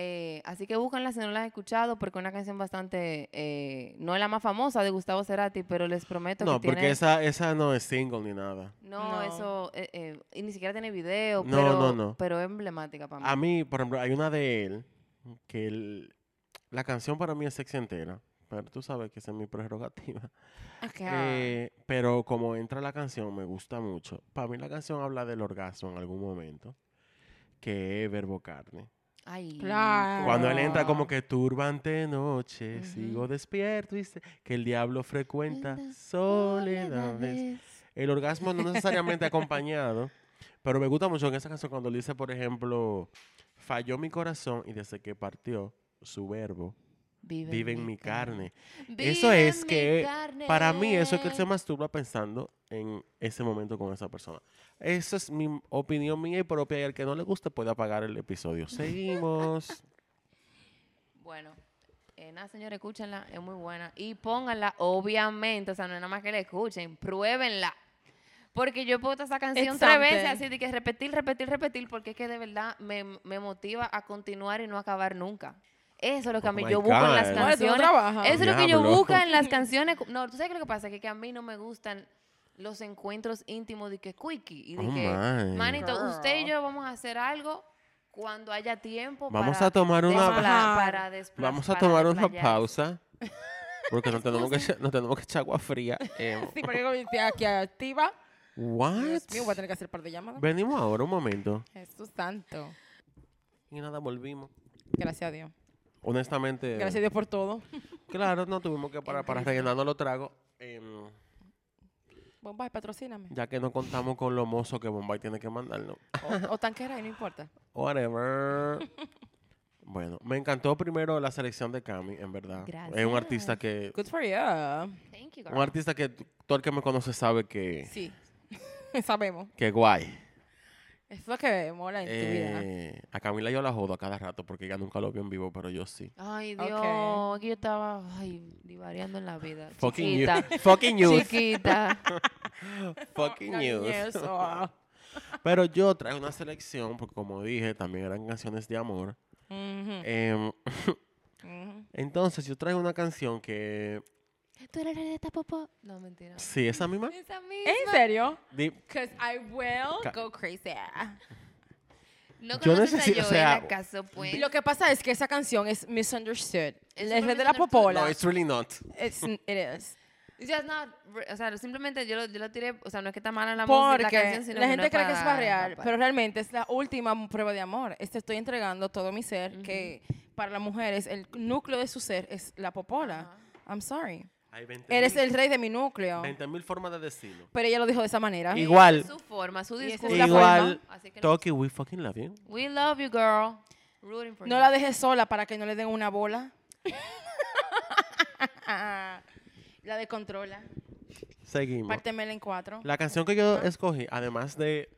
Speaker 4: Eh, así que búscanla si no la han escuchado, porque es una canción bastante, eh, no es la más famosa de Gustavo Cerati, pero les prometo
Speaker 3: No,
Speaker 4: que tiene...
Speaker 3: porque esa, esa no es single ni nada.
Speaker 4: No,
Speaker 2: No.
Speaker 4: eso, eh, eh, y ni siquiera tiene video,
Speaker 3: No,
Speaker 4: pero,
Speaker 3: no, no.
Speaker 4: pero es emblemática para mí.
Speaker 3: A mí, por ejemplo, hay una de él que él- la canción para mí es sexy entera. Pero tú sabes que esa es mi prerrogativa. Eh, pero como entra la canción, me gusta mucho. Para mí la canción habla del orgasmo en algún momento, que es verbo carne.
Speaker 4: Ay,
Speaker 2: Claro.
Speaker 3: Cuando él entra como
Speaker 2: Ah.
Speaker 3: que turbante noche,
Speaker 4: Ujú.
Speaker 3: sigo despierto y sé que el diablo frecuenta
Speaker 4: Cuenta
Speaker 3: soledades. El orgasmo no necesariamente acompañado, pero me gusta mucho en esa canción cuando él dice, por ejemplo, falló mi corazón y desde que partió su verbo
Speaker 4: Vive,
Speaker 3: vive en mi carne. Eso es que Para mí eso es que él se
Speaker 4: llama
Speaker 3: masturba pensando en ese momento con esa persona. Esa es mi opinión mía y propia y al que no le guste puede apagar el episodio. Seguimos.
Speaker 4: Bueno, eh, nada, señores, escúchenla, es muy buena. Y pónganla, obviamente, o sea, no es nada más que la escuchen, pruébenla. Porque yo he puesto esa canción
Speaker 2: It's
Speaker 4: tres veces
Speaker 2: something.
Speaker 4: así de que repetir, repetir, repetir, porque es que de verdad me, me motiva a continuar y no acabar nunca. Eso es lo que a
Speaker 3: Oh
Speaker 4: mí
Speaker 3: my
Speaker 4: yo busco en las
Speaker 3: God.
Speaker 2: Ahora Pues tú no
Speaker 4: canciones.
Speaker 2: trabajas.
Speaker 4: Eso es lo que yo
Speaker 3: Diablo.
Speaker 4: busco en las canciones. No, tú sabes que lo que pasa que, que a mí no me gustan los encuentros íntimos de que quickie y de
Speaker 3: Oh
Speaker 4: que
Speaker 3: my.
Speaker 4: manito,
Speaker 2: Girl.
Speaker 4: usted y yo vamos a hacer algo cuando haya tiempo
Speaker 3: Vamos
Speaker 4: para
Speaker 3: a tomar una-
Speaker 4: despla-
Speaker 2: Ajá.
Speaker 4: para despla-
Speaker 3: Vamos a
Speaker 4: para
Speaker 3: tomar una
Speaker 4: desplayarse.
Speaker 3: pausa porque nos tenemos que echar, nos tenemos que echar agua fría. Eh,
Speaker 2: Sí, porque como dice aquí activa.
Speaker 3: what?
Speaker 2: Dios mío, voy a tener que hacer un par de llamadas.
Speaker 3: Venimos ahora un momento.
Speaker 2: Jesús santo.
Speaker 3: Y nada, volvimos.
Speaker 2: Gracias a Dios.
Speaker 3: Honestamente,
Speaker 2: Gracias a Dios por todo.
Speaker 3: claro, no tuvimos que parar para rellenarnos los tragos. em,
Speaker 2: Bombay, pues, patrocíname.
Speaker 3: ya que no contamos con lo mozo que Bombay tiene que mandarnos.
Speaker 2: O, o tanquera y no importa.
Speaker 3: Whatever. bueno, me encantó primero la selección de Cami, en verdad. Es un artista que.
Speaker 2: Good for you.
Speaker 4: Thank you,
Speaker 3: Un
Speaker 4: girl.
Speaker 3: artista que t- todo el que me conoce sabe que.
Speaker 2: Sí. Sabemos.
Speaker 3: Que guay.
Speaker 2: Eso es lo que mola en tu vida.
Speaker 3: Eh, a Camila yo la jodo a cada rato porque ella nunca lo vio en vivo, pero yo sí.
Speaker 4: Ay,
Speaker 2: Ok.
Speaker 4: Dios, que yo estaba ay, divariando en la vida.
Speaker 3: Fucking
Speaker 4: chiquita,
Speaker 3: you. Fucking news.
Speaker 4: chiquita.
Speaker 3: Fucking news.
Speaker 2: Cariñoso.
Speaker 3: Pero yo traje una selección, porque como dije, también eran canciones de amor.
Speaker 2: Ujú,
Speaker 3: Em,
Speaker 2: ujú.
Speaker 3: entonces, yo traigo una canción que.
Speaker 4: Tú eres esta popó. No, mentira.
Speaker 3: Sí, esa misma.
Speaker 4: Esa misma.
Speaker 2: ¿En serio?
Speaker 3: Di-
Speaker 2: Cause I will
Speaker 3: Ca-
Speaker 2: go crazy.
Speaker 4: No
Speaker 3: Yo
Speaker 4: conoces
Speaker 3: necesito- o
Speaker 4: a
Speaker 3: sea,
Speaker 4: Joel, ¿acaso, pues?
Speaker 2: Lo que pasa es que esa canción es misunderstood.
Speaker 4: Es súper
Speaker 2: La red de la
Speaker 4: misunderstood.
Speaker 2: popola.
Speaker 3: No, it's really not.
Speaker 2: It's- it is.
Speaker 4: It's just not re- o sea, simplemente yo lo, yo lo tiré, o sea, no es que está mala la
Speaker 2: Porque
Speaker 4: música, la canción, sino
Speaker 2: la
Speaker 4: no
Speaker 2: gente cree que es
Speaker 4: para-
Speaker 2: barreal,
Speaker 4: para-
Speaker 2: pero realmente es la última m- prueba de amor. Es- Te estoy entregando todo mi ser, que para las mujeres el núcleo de su ser es la popola. I'm sorry.
Speaker 3: Hay 20
Speaker 2: Eres el rey de mi núcleo.
Speaker 3: mil formas de decirlo.
Speaker 2: Pero ella lo dijo de esa manera.
Speaker 3: Y- Igual.
Speaker 4: Su forma, su
Speaker 2: Y esa es
Speaker 4: discurso.
Speaker 2: la
Speaker 3: Igual,
Speaker 4: forma. Así que no-
Speaker 3: Toki, we fucking love you.
Speaker 4: We love you, girl. Rooting for
Speaker 2: No
Speaker 4: you.
Speaker 2: la dejes sola para que no le den una bola. la descontrola.
Speaker 3: Seguimos.
Speaker 2: Pártemela en cuatro.
Speaker 3: La canción que yo escogí, además de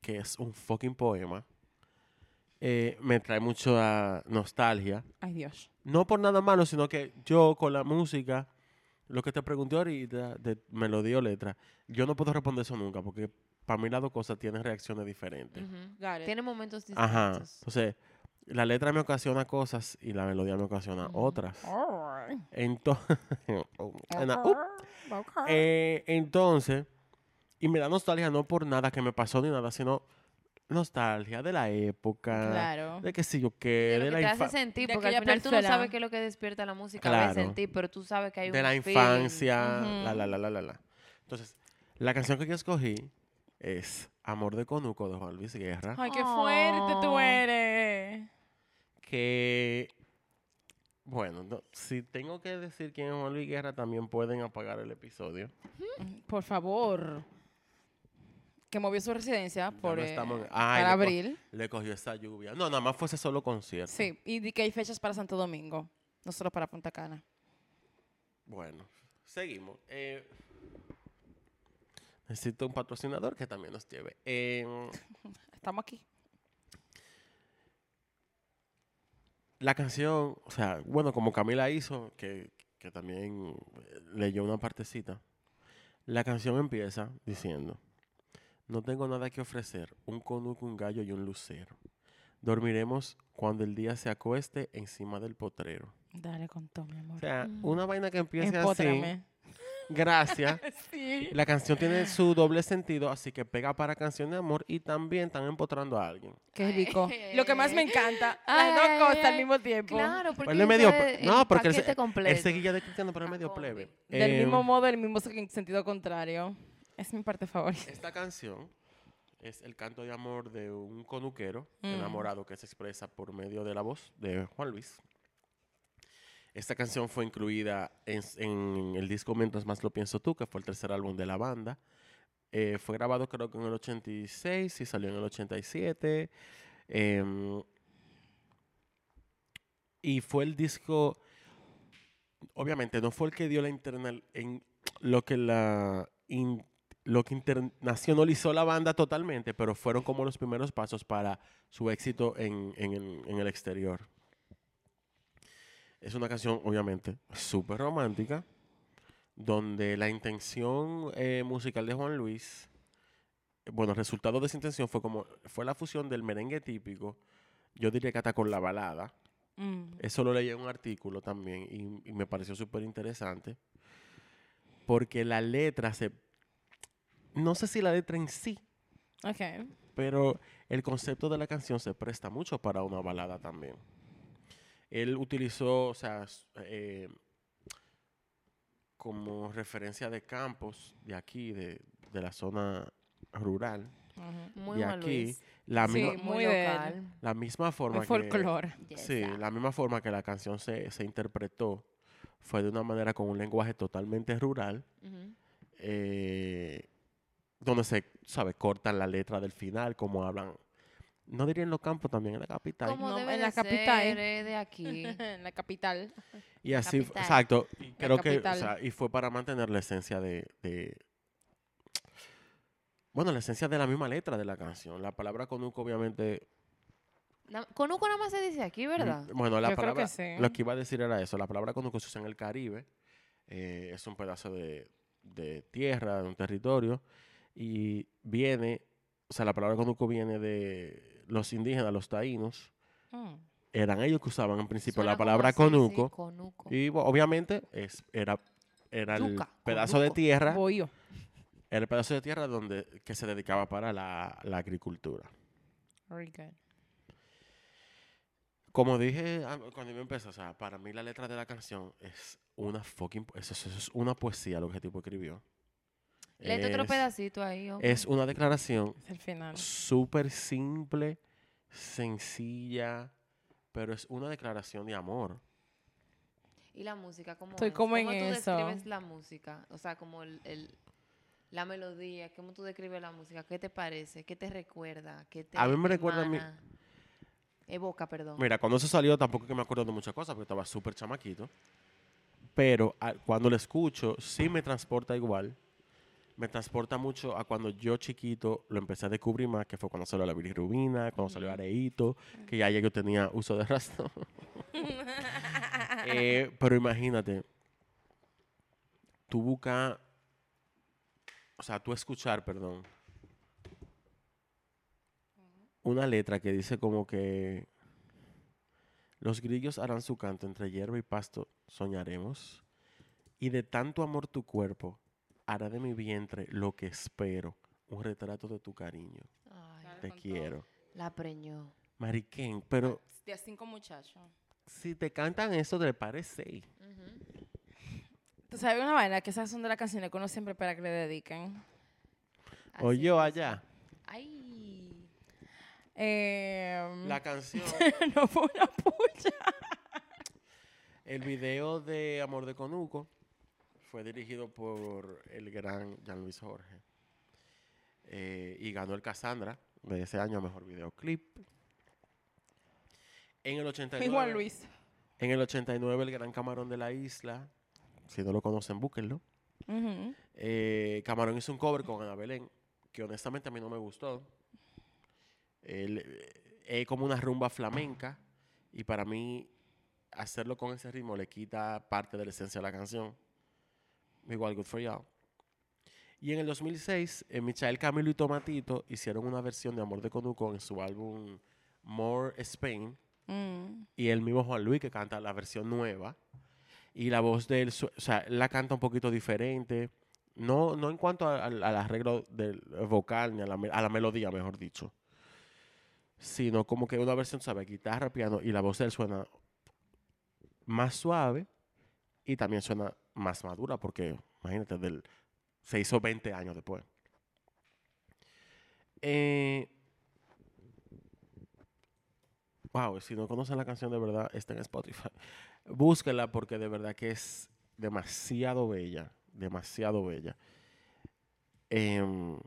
Speaker 3: que es un fucking poema, eh, me trae mucha nostalgia.
Speaker 2: Ay, Dios.
Speaker 3: No por nada malo, sino que yo con la música, lo que te pregunté ahorita de melodía o letra, yo no puedo responder eso nunca porque para mí las dos cosas tienen reacciones diferentes.
Speaker 4: Ujú.
Speaker 2: Got it.
Speaker 4: Tiene momentos distintos.
Speaker 3: Ajá. Entonces, la letra me ocasiona cosas y la melodía me ocasiona otras.
Speaker 2: Alright.
Speaker 3: Entonces, uh,
Speaker 2: Ok.
Speaker 3: Eh, entonces, y me da nostalgia no por nada que me pasó ni nada, sino nostalgia de la época.
Speaker 2: Claro.
Speaker 3: De que si yo qué,
Speaker 4: de
Speaker 3: de
Speaker 4: lo
Speaker 3: la,
Speaker 4: que te hace
Speaker 3: infa-
Speaker 4: sentir,
Speaker 2: de
Speaker 4: porque al
Speaker 2: aquella
Speaker 4: final tú no
Speaker 2: persona.
Speaker 4: sabes qué es lo que despierta la música a veces
Speaker 3: Claro.
Speaker 4: en ti, pero tú sabes que hay
Speaker 3: de
Speaker 4: un
Speaker 3: la
Speaker 4: feeling.
Speaker 3: infancia,
Speaker 2: Ujú.
Speaker 3: la, la, la, la, la, la. Entonces, la canción que yo escogí es Amor de Conuco de Juan Luis Guerra.
Speaker 2: Ay, qué fuerte tú
Speaker 4: Oh.
Speaker 2: eres.
Speaker 3: que, bueno, no- si tengo que decir quién es Juan Luis Guerra, también pueden apagar el episodio.
Speaker 2: Por favor. Que movió su residencia
Speaker 3: Ya
Speaker 2: por
Speaker 3: no
Speaker 2: eh,
Speaker 3: estamos en- pues.
Speaker 2: para
Speaker 3: Ay, le co-
Speaker 2: abril.
Speaker 3: Le cogió esa lluvia. No, nada más fuese solo concierto.
Speaker 2: Sí, y di que hay fechas para Santo Domingo, no solo para Punta Cana.
Speaker 3: Bueno, seguimos. Eh, necesito un patrocinador que también nos lleve. Em,
Speaker 2: Estamos aquí.
Speaker 3: la canción, o sea, bueno, como Camila hizo, que, que también eh, leyó una partecita, la canción empieza diciendo, no tengo nada que ofrecer, un conuco, un gallo y un lucero. Dormiremos cuando el día se acueste encima del potrero.
Speaker 2: Dale con todo, mi
Speaker 3: O
Speaker 2: amor.
Speaker 3: sea, una vaina que empiece así,
Speaker 2: Empótrame.
Speaker 3: gracias.
Speaker 2: Sí.
Speaker 3: La canción tiene su doble sentido, así que pega para canción de amor y también están empotrando a alguien.
Speaker 2: Qué
Speaker 4: Ay,
Speaker 2: rico.
Speaker 4: ay,
Speaker 2: Lo que más me
Speaker 4: ay.
Speaker 2: encanta,
Speaker 4: Ay,
Speaker 2: las dos
Speaker 4: ay,
Speaker 2: cosas al
Speaker 4: ay.
Speaker 2: mismo tiempo.
Speaker 4: Claro, porque
Speaker 3: Él es
Speaker 4: eso
Speaker 3: Pues medio
Speaker 4: es
Speaker 3: ple- no,
Speaker 4: el
Speaker 3: porque él se-
Speaker 4: paquete completo. Ah,
Speaker 3: Él seguía de cristiano, pero es medio
Speaker 4: Pacote.
Speaker 3: plebe.
Speaker 2: Del
Speaker 3: Eh,
Speaker 2: mismo modo, del mismo sen- sentido contrario. Es mi parte favorita.
Speaker 3: Esta canción es el canto de amor de un conuquero
Speaker 2: Mm.
Speaker 3: enamorado que se expresa por medio de la voz de Juan Luis. Esta canción fue incluida en, s- en el disco Mientras más lo pienso tú, que fue el tercer álbum de la banda. Eh, fue grabado creo que en el 86 y salió en el 87. Em, y fue el disco, obviamente no fue el que dio la internal, en lo que la in- lo que internacionalizó la banda totalmente, pero fueron como los primeros pasos para su éxito en, en el, en el exterior. Es una canción, obviamente, súper romántica, donde la intención eh, musical de Juan Luis, eh, bueno, el resultado de esa intención fue como, fue la fusión del merengue típico, yo diría que hasta con la balada,
Speaker 2: Mm.
Speaker 3: eso lo leí en un artículo también y, y me pareció súper interesante. Porque la letra se... No sé si la letra en sí,
Speaker 2: Ok.
Speaker 3: pero el concepto de la canción se presta mucho para una balada también. Él utilizó, o sea, s- eh, como referencia de campos de aquí, de, de la zona rural,
Speaker 2: Ujú.
Speaker 4: Muy
Speaker 3: de
Speaker 4: Juan
Speaker 3: aquí,
Speaker 4: Luis.
Speaker 3: la,
Speaker 2: Sí,
Speaker 3: misma,
Speaker 2: muy
Speaker 4: muy
Speaker 2: de él.
Speaker 4: local.
Speaker 3: la misma forma
Speaker 2: Muy
Speaker 3: que...
Speaker 2: folclore.
Speaker 4: Yes,
Speaker 3: Sí,
Speaker 4: ah.
Speaker 3: la misma forma que la canción se, se interpretó fue de una manera con un lenguaje totalmente rural,
Speaker 4: Ujú.
Speaker 3: eh, donde se, sabe, cortan la letra del final, como hablan, no diría en los campos, también en la capital.
Speaker 4: Como
Speaker 2: No,
Speaker 4: debe
Speaker 2: en
Speaker 4: de
Speaker 2: la capital.
Speaker 4: ser, eh, de aquí.
Speaker 2: En la capital.
Speaker 3: Y así,
Speaker 4: capital.
Speaker 3: exacto, y
Speaker 2: La
Speaker 3: creo que, o
Speaker 2: capital.
Speaker 3: sea, y fue para mantener la esencia de, de- bueno, la esencia de la misma letra de la canción. La palabra conuco, obviamente,
Speaker 4: Na- Conuco nada más se dice aquí,
Speaker 3: Mm,
Speaker 4: ¿verdad?
Speaker 3: Bueno, la
Speaker 2: Yo creo que
Speaker 3: palabra,
Speaker 2: sí.
Speaker 3: lo que iba a decir era eso. La palabra cuando se usa en el Caribe eh, es un pedazo de, de tierra, de un territorio, y viene, o sea, la palabra conuco viene de los indígenas, los taínos,
Speaker 2: Mm.
Speaker 3: eran ellos que usaban en principio
Speaker 4: Suena
Speaker 3: la
Speaker 4: como
Speaker 3: palabra
Speaker 4: así, sí,
Speaker 3: conuco,
Speaker 4: conuco.
Speaker 3: y bo- obviamente es, era, era el
Speaker 4: Yuca,
Speaker 3: pedazo de
Speaker 4: conuco.
Speaker 3: tierra,
Speaker 2: Bohío.
Speaker 3: era el pedazo de tierra donde, que se dedicaba para la- la agricultura.
Speaker 2: Very good.
Speaker 3: Como dije ah, cuando yo empecé, o sea, para mí la letra de la canción es una fucking. po- Eso, eso es una poesía lo que ese tipo escribió.
Speaker 4: Léete otro
Speaker 3: Es-
Speaker 4: pedacito ahí. hombre.
Speaker 3: Es una declaración
Speaker 2: Es el final.
Speaker 3: súper simple, sencilla, pero es una declaración de amor.
Speaker 4: ¿Y la música? ¿Cómo
Speaker 2: Estoy
Speaker 4: es?
Speaker 2: como en
Speaker 4: ¿Cómo tú
Speaker 2: eso.
Speaker 4: describes la música? O sea, como el, el- la melodía. ¿Cómo tú describes la música? ¿Qué te parece? ¿Qué te recuerda? ¿Qué te
Speaker 3: A mí me recuerda a mí-
Speaker 4: emana? Evoca, perdón.
Speaker 3: Mira, cuando eso salió tampoco es que me acuerdo de muchas cosas porque estaba súper chamaquito. Pero ah, cuando lo escucho, sí me transporta igual. Me transporta mucho a cuando yo chiquito lo empecé a descubrir más, que fue cuando salió la bilirrubina, cuando salió Areito, que ya, ya yo tenía uso de razón. Eh, pero imagínate, tú busca, o sea, tú escuchar, perdón, una letra que dice como que los grillos harán su canto entre hierba y pasto, soñaremos. Y de tanto amor tu cuerpo hará de mi vientre lo que espero, un retrato de tu cariño.
Speaker 4: Ay,
Speaker 2: Dale
Speaker 3: Te
Speaker 2: con todo.
Speaker 3: quiero.
Speaker 4: la preñó.
Speaker 3: Mariquén, pero
Speaker 2: De a cinco muchachos.
Speaker 3: si te cantan eso, te parece.
Speaker 4: Ujú.
Speaker 2: Tú sabes una vaina que esas son de las canciones que uno siempre espera que le dediquen.
Speaker 4: Así
Speaker 3: O yo
Speaker 4: es.
Speaker 3: allá.
Speaker 4: Ay.
Speaker 2: Eh,
Speaker 3: La canción,
Speaker 2: no fue una pucha.
Speaker 3: el video de Amor de Conuco fue dirigido por el gran Jean Luis Jorge. Eh, y ganó el Cassandra de ese año a mejor videoclip. En el 89.
Speaker 2: Y Juan Luis.
Speaker 3: En el 89, el Gran Camarón de la Isla. Si no lo conocen, búsquenlo.
Speaker 2: Ujú.
Speaker 3: Eh, Camarón hizo un cover con Ana Belén, que honestamente a mí no me gustó. El- eh, es como una rumba flamenca y para mí hacerlo con ese ritmo le quita parte de la esencia de la canción. Igual Good For You. Y en el 2006, eh, Michael Camilo y Tomatito hicieron una versión de Amor de Conuco en su álbum More Spain
Speaker 2: Mm.
Speaker 3: y el mismo Juan Luis que canta la versión nueva y la voz de él, su- o sea, él la canta un poquito diferente, no, no en cuanto a- al, al arreglo del vocal ni a la, me- a la melodía, mejor dicho, sino como que una versión, sabe, guitarra, piano y la voz de él suena más suave y también suena más madura porque, imagínate, del, se hizo 20 años después. Eh, Wow, si no conocen la canción de verdad, está en Spotify. Búsquela porque de verdad que es demasiado bella, demasiado bella. Em,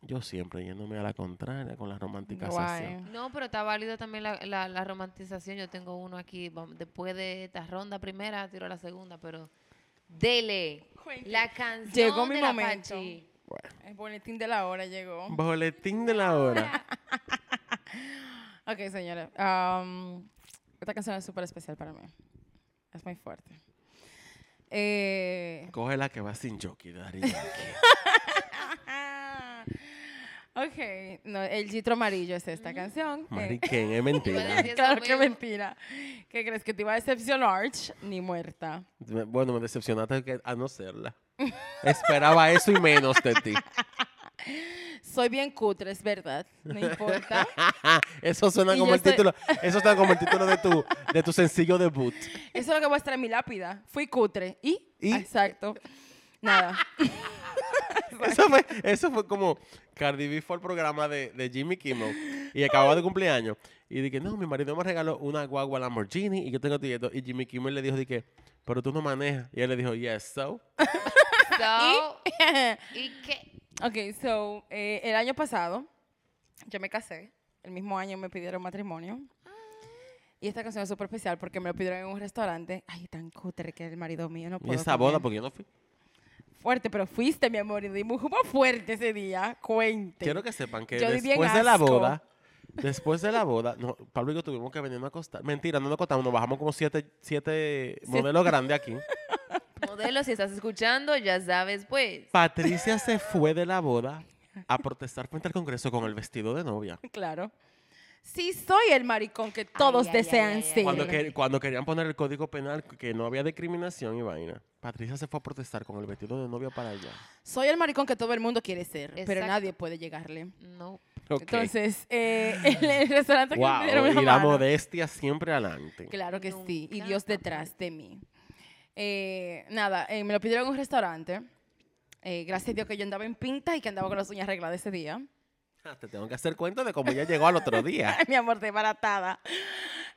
Speaker 3: yo siempre yéndome a la contraria con la romántica
Speaker 2: Guay.
Speaker 4: No, pero está válido también la, la- la romantización. Yo tengo uno aquí. vam- Después de esta ronda primera, tiro la segunda, pero. Dele.
Speaker 2: Cuente.
Speaker 4: La canción.
Speaker 2: Llegó mi
Speaker 4: de la
Speaker 2: momento.
Speaker 4: Pachi.
Speaker 2: El boletín de la hora llegó.
Speaker 3: Boletín de la hora.
Speaker 2: Ok, señores. am, esta canción es súper especial para mí. Es muy fuerte. Eh,
Speaker 3: Cógela que va sin jockey, Dari Yankee.
Speaker 2: ok, no, el Gitro Amarillo es esta canción. que-
Speaker 3: Mari Kane, es
Speaker 4: Iba a
Speaker 3: mentira.
Speaker 4: decir-
Speaker 2: claro
Speaker 4: Eso
Speaker 2: que
Speaker 4: mismo.
Speaker 2: mentira. ¿Qué crees? ¿Que te iba a decepcionar? Ni muerta.
Speaker 3: Me- Bueno, me decepcionaste que- a no serla. Esperaba eso y menos de ti.
Speaker 2: Soy bien cutre, es verdad. No importa.
Speaker 3: eso suena
Speaker 2: Y
Speaker 3: como
Speaker 2: yo
Speaker 3: el
Speaker 2: soy-
Speaker 3: título. Eso suena como el título de tu, de tu sencillo debut.
Speaker 2: Eso es lo que voy a estar en mi lápida. Fui cutre. ¿Y?
Speaker 3: ¿Y?
Speaker 2: Exacto. Nada.
Speaker 3: Eso fue, eso fue como Cardi B fue al programa de, de Jimmy Kimmel y acababa de cumpleaños. Y dije, no, mi marido me regaló una guagua Lamborghini y yo tengo tieto. Y Jimmy Kimmel le dijo, dije, pero tú no manejas. Y él le dijo, yes, so.
Speaker 4: So, ¿Y qué?
Speaker 2: Ok, so, eh, el año pasado yo me casé. El mismo año me pidieron matrimonio. Y esta canción es súper especial porque me lo pidieron en un restaurante. Ay, tan cutre que el marido mío no
Speaker 3: Y
Speaker 2: puedo
Speaker 3: esa boda,
Speaker 2: comer.
Speaker 3: porque yo no fui.
Speaker 2: Fuerte, pero fuiste, mi amor. Y dimos como fuerte ese día. Cuente.
Speaker 3: Quiero que sepan que
Speaker 2: Este, Yo di bien
Speaker 3: después de la
Speaker 2: asco.
Speaker 3: boda, después de la boda, no, Pablo y yo tuvimos que venirnos a acostar. Mentira, no nos acostamos, nos bajamos como siete, siete modelos grandes aquí.
Speaker 4: Modelo, si estás escuchando, ya sabes, pues.
Speaker 3: Patricia se fue de la boda a protestar frente al Congreso con el vestido de novia.
Speaker 2: Claro. Sí, soy el maricón que todos
Speaker 4: ay, ay,
Speaker 2: desean
Speaker 4: ay, ay.
Speaker 2: ser.
Speaker 3: Cuando, que- cuando querían poner el código penal que no había discriminación y vaina, Patricia se fue a protestar con el vestido de novia para allá.
Speaker 2: Soy el maricón que todo el mundo quiere ser, pero
Speaker 4: Exacto.
Speaker 2: nadie puede llegarle.
Speaker 4: No.
Speaker 3: Ok.
Speaker 2: Entonces, eh, el, el restaurante que me
Speaker 3: Guau,
Speaker 2: dieron una
Speaker 3: y la
Speaker 2: mano.
Speaker 3: modestia siempre adelante.
Speaker 2: Claro que sí. Y
Speaker 4: Nunca
Speaker 2: Dios
Speaker 4: jamás.
Speaker 2: detrás de mí. Eh, nada, eh, me lo pidieron en un restaurante. Eh, gracias a Dios que yo andaba en pinta y que andaba con las uñas arregladas ese día.
Speaker 3: Ah, Te tengo que hacer cuenta de cómo ya llegó al otro día.
Speaker 2: Ay, mi amor, desbaratada.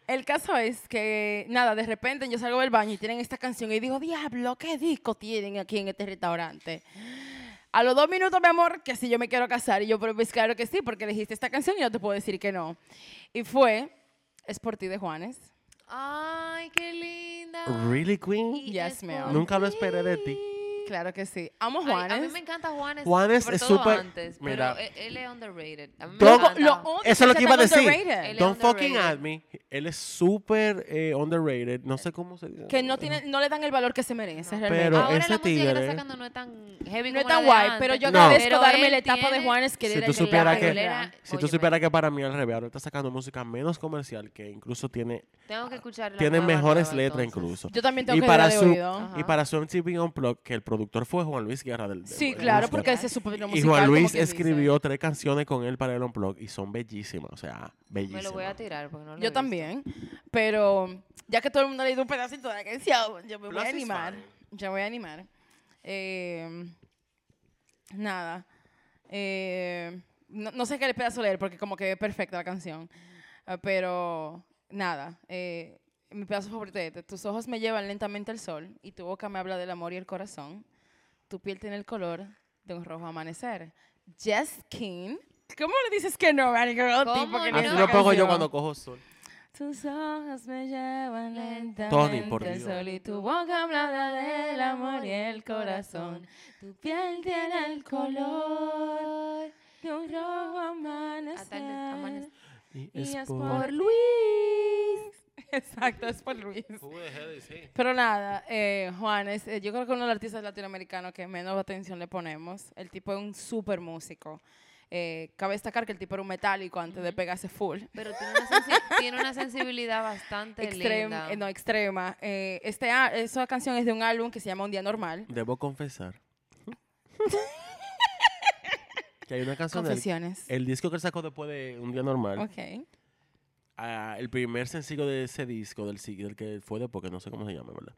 Speaker 2: El caso es que, nada, de repente yo salgo del baño y tienen esta canción y digo, diablo, ¿qué disco tienen aquí en este restaurante? A los dos minutos, mi amor, que si yo me quiero casar. Y yo, pero pues claro que sí, porque elegiste esta canción y no te puedo decir que no. Y fue Es por ti de Juanes.
Speaker 4: Ay, qué linda.
Speaker 3: ¿Really, Queen?
Speaker 4: Y
Speaker 2: Yes,
Speaker 4: es
Speaker 2: ma'am.
Speaker 4: por
Speaker 3: Nunca lo esperé de ti.
Speaker 4: ti.
Speaker 2: Claro que sí. Amo
Speaker 4: Ay,
Speaker 2: Juanes.
Speaker 4: a mí me encanta Juanes.
Speaker 3: Juanes
Speaker 4: sobre
Speaker 3: es
Speaker 4: todo
Speaker 3: súper-
Speaker 4: Antes,
Speaker 3: mira.
Speaker 4: Pero él, él es underrated. A mí me
Speaker 3: Todo-
Speaker 4: encanta.
Speaker 2: lo odio,
Speaker 3: Eso es lo que iba a
Speaker 2: está tan
Speaker 3: decir.
Speaker 2: underrated.
Speaker 4: Él es
Speaker 3: Don't fucking
Speaker 4: underrated.
Speaker 3: at me. Él es súper eh, underrated. No sé cómo se dice.
Speaker 2: Que no, tiene, no le dan el valor que se merece,
Speaker 4: No.
Speaker 2: realmente.
Speaker 3: Pero
Speaker 4: Ahora
Speaker 3: ese
Speaker 4: la música que
Speaker 3: tigre-
Speaker 4: está sacando no es tan heavy
Speaker 2: no es
Speaker 4: como la
Speaker 2: tan
Speaker 4: de
Speaker 2: guay,
Speaker 4: antes.
Speaker 2: pero yo
Speaker 3: No.
Speaker 2: agradezco
Speaker 4: Ah, Pero
Speaker 2: darme
Speaker 4: él
Speaker 2: la etapa de
Speaker 4: tiene-
Speaker 2: Juanes que
Speaker 3: Si
Speaker 2: era
Speaker 3: tú
Speaker 2: el que
Speaker 3: supieras
Speaker 2: la
Speaker 3: que-
Speaker 2: arreglara.
Speaker 3: Si tú
Speaker 4: Óyeme.
Speaker 3: supieras que para mí al revés, ahora está sacando música menos comercial, que incluso tiene
Speaker 4: Tengo que escuchar la
Speaker 3: Tienen
Speaker 4: nueva,
Speaker 3: mejores
Speaker 4: nueva,
Speaker 3: letras
Speaker 4: entonces.
Speaker 3: incluso.
Speaker 2: Yo también tengo
Speaker 3: y
Speaker 2: que
Speaker 3: para
Speaker 2: darle
Speaker 3: su
Speaker 2: oído.
Speaker 3: Y
Speaker 4: Ajá.
Speaker 3: para su MTV Unplugged, que el productor fue Juan Luis Guerra del del-
Speaker 2: Sí,
Speaker 3: del
Speaker 2: claro,
Speaker 3: Unplugged.
Speaker 2: porque ese es súper musical.
Speaker 3: Y Juan
Speaker 2: como
Speaker 3: Luis
Speaker 2: quien
Speaker 3: escribió tres canciones con él para el Unplugged y son bellísimas, o sea,
Speaker 4: Me
Speaker 3: bellísimas.
Speaker 4: lo voy a tirar porque no lo he
Speaker 2: dice. Yo
Speaker 4: visto.
Speaker 2: también, pero ya que todo el mundo le dio un pedacito de la canción, yo me voy
Speaker 3: Plus
Speaker 2: a
Speaker 3: is
Speaker 2: animar.
Speaker 3: fine.
Speaker 2: Yo me voy a Em, animar. Eh, nada. Eh, No, no sé qué le espera leer porque como que es perfecta la canción. Ah, Pero nada, eh, mi pedazo favorito es este. Tus ojos me llevan lentamente al sol y tu boca me habla del amor y el corazón. Tu piel tiene el color de un rojo amanecer. Jess King. ¿Cómo le dices que no, Manny Girl?
Speaker 4: ¿Cómo
Speaker 2: Tipo, que
Speaker 4: no?
Speaker 2: ni
Speaker 3: Así
Speaker 2: esa
Speaker 3: lo pongo yo
Speaker 2: canción.
Speaker 3: cuando cojo sol.
Speaker 2: Tus ojos me llevan lentamente
Speaker 3: Tony, por
Speaker 2: al
Speaker 3: Dios.
Speaker 2: sol y tu boca me habla del amor y el corazón. Tu piel tiene el color de un rojo amanecer.
Speaker 4: amanecer.
Speaker 3: Y
Speaker 2: Y es
Speaker 3: por-
Speaker 2: por Luis. Exacto, es por Luis. Pero nada, eh, Juan, es, eh, yo creo que uno de los artistas latinoamericanos que menos atención le ponemos. El tipo es un súper músico. Eh, cabe destacar que el tipo era un metálico antes de pegarse full.
Speaker 4: Pero tiene una, sensi- tiene una sensibilidad bastante
Speaker 2: Extrema,
Speaker 4: linda.
Speaker 2: eh, no, extrema. Eh, este, a- esa canción es de un álbum que se llama Un Día Normal.
Speaker 3: Debo confesar que hay una canción del
Speaker 2: Confesiones.
Speaker 3: el disco que sacó después de Un Día Normal.
Speaker 2: Ok.
Speaker 3: ah, el primer sencillo de ese disco, del, si- del que fue después, que no sé cómo se llama, ¿verdad?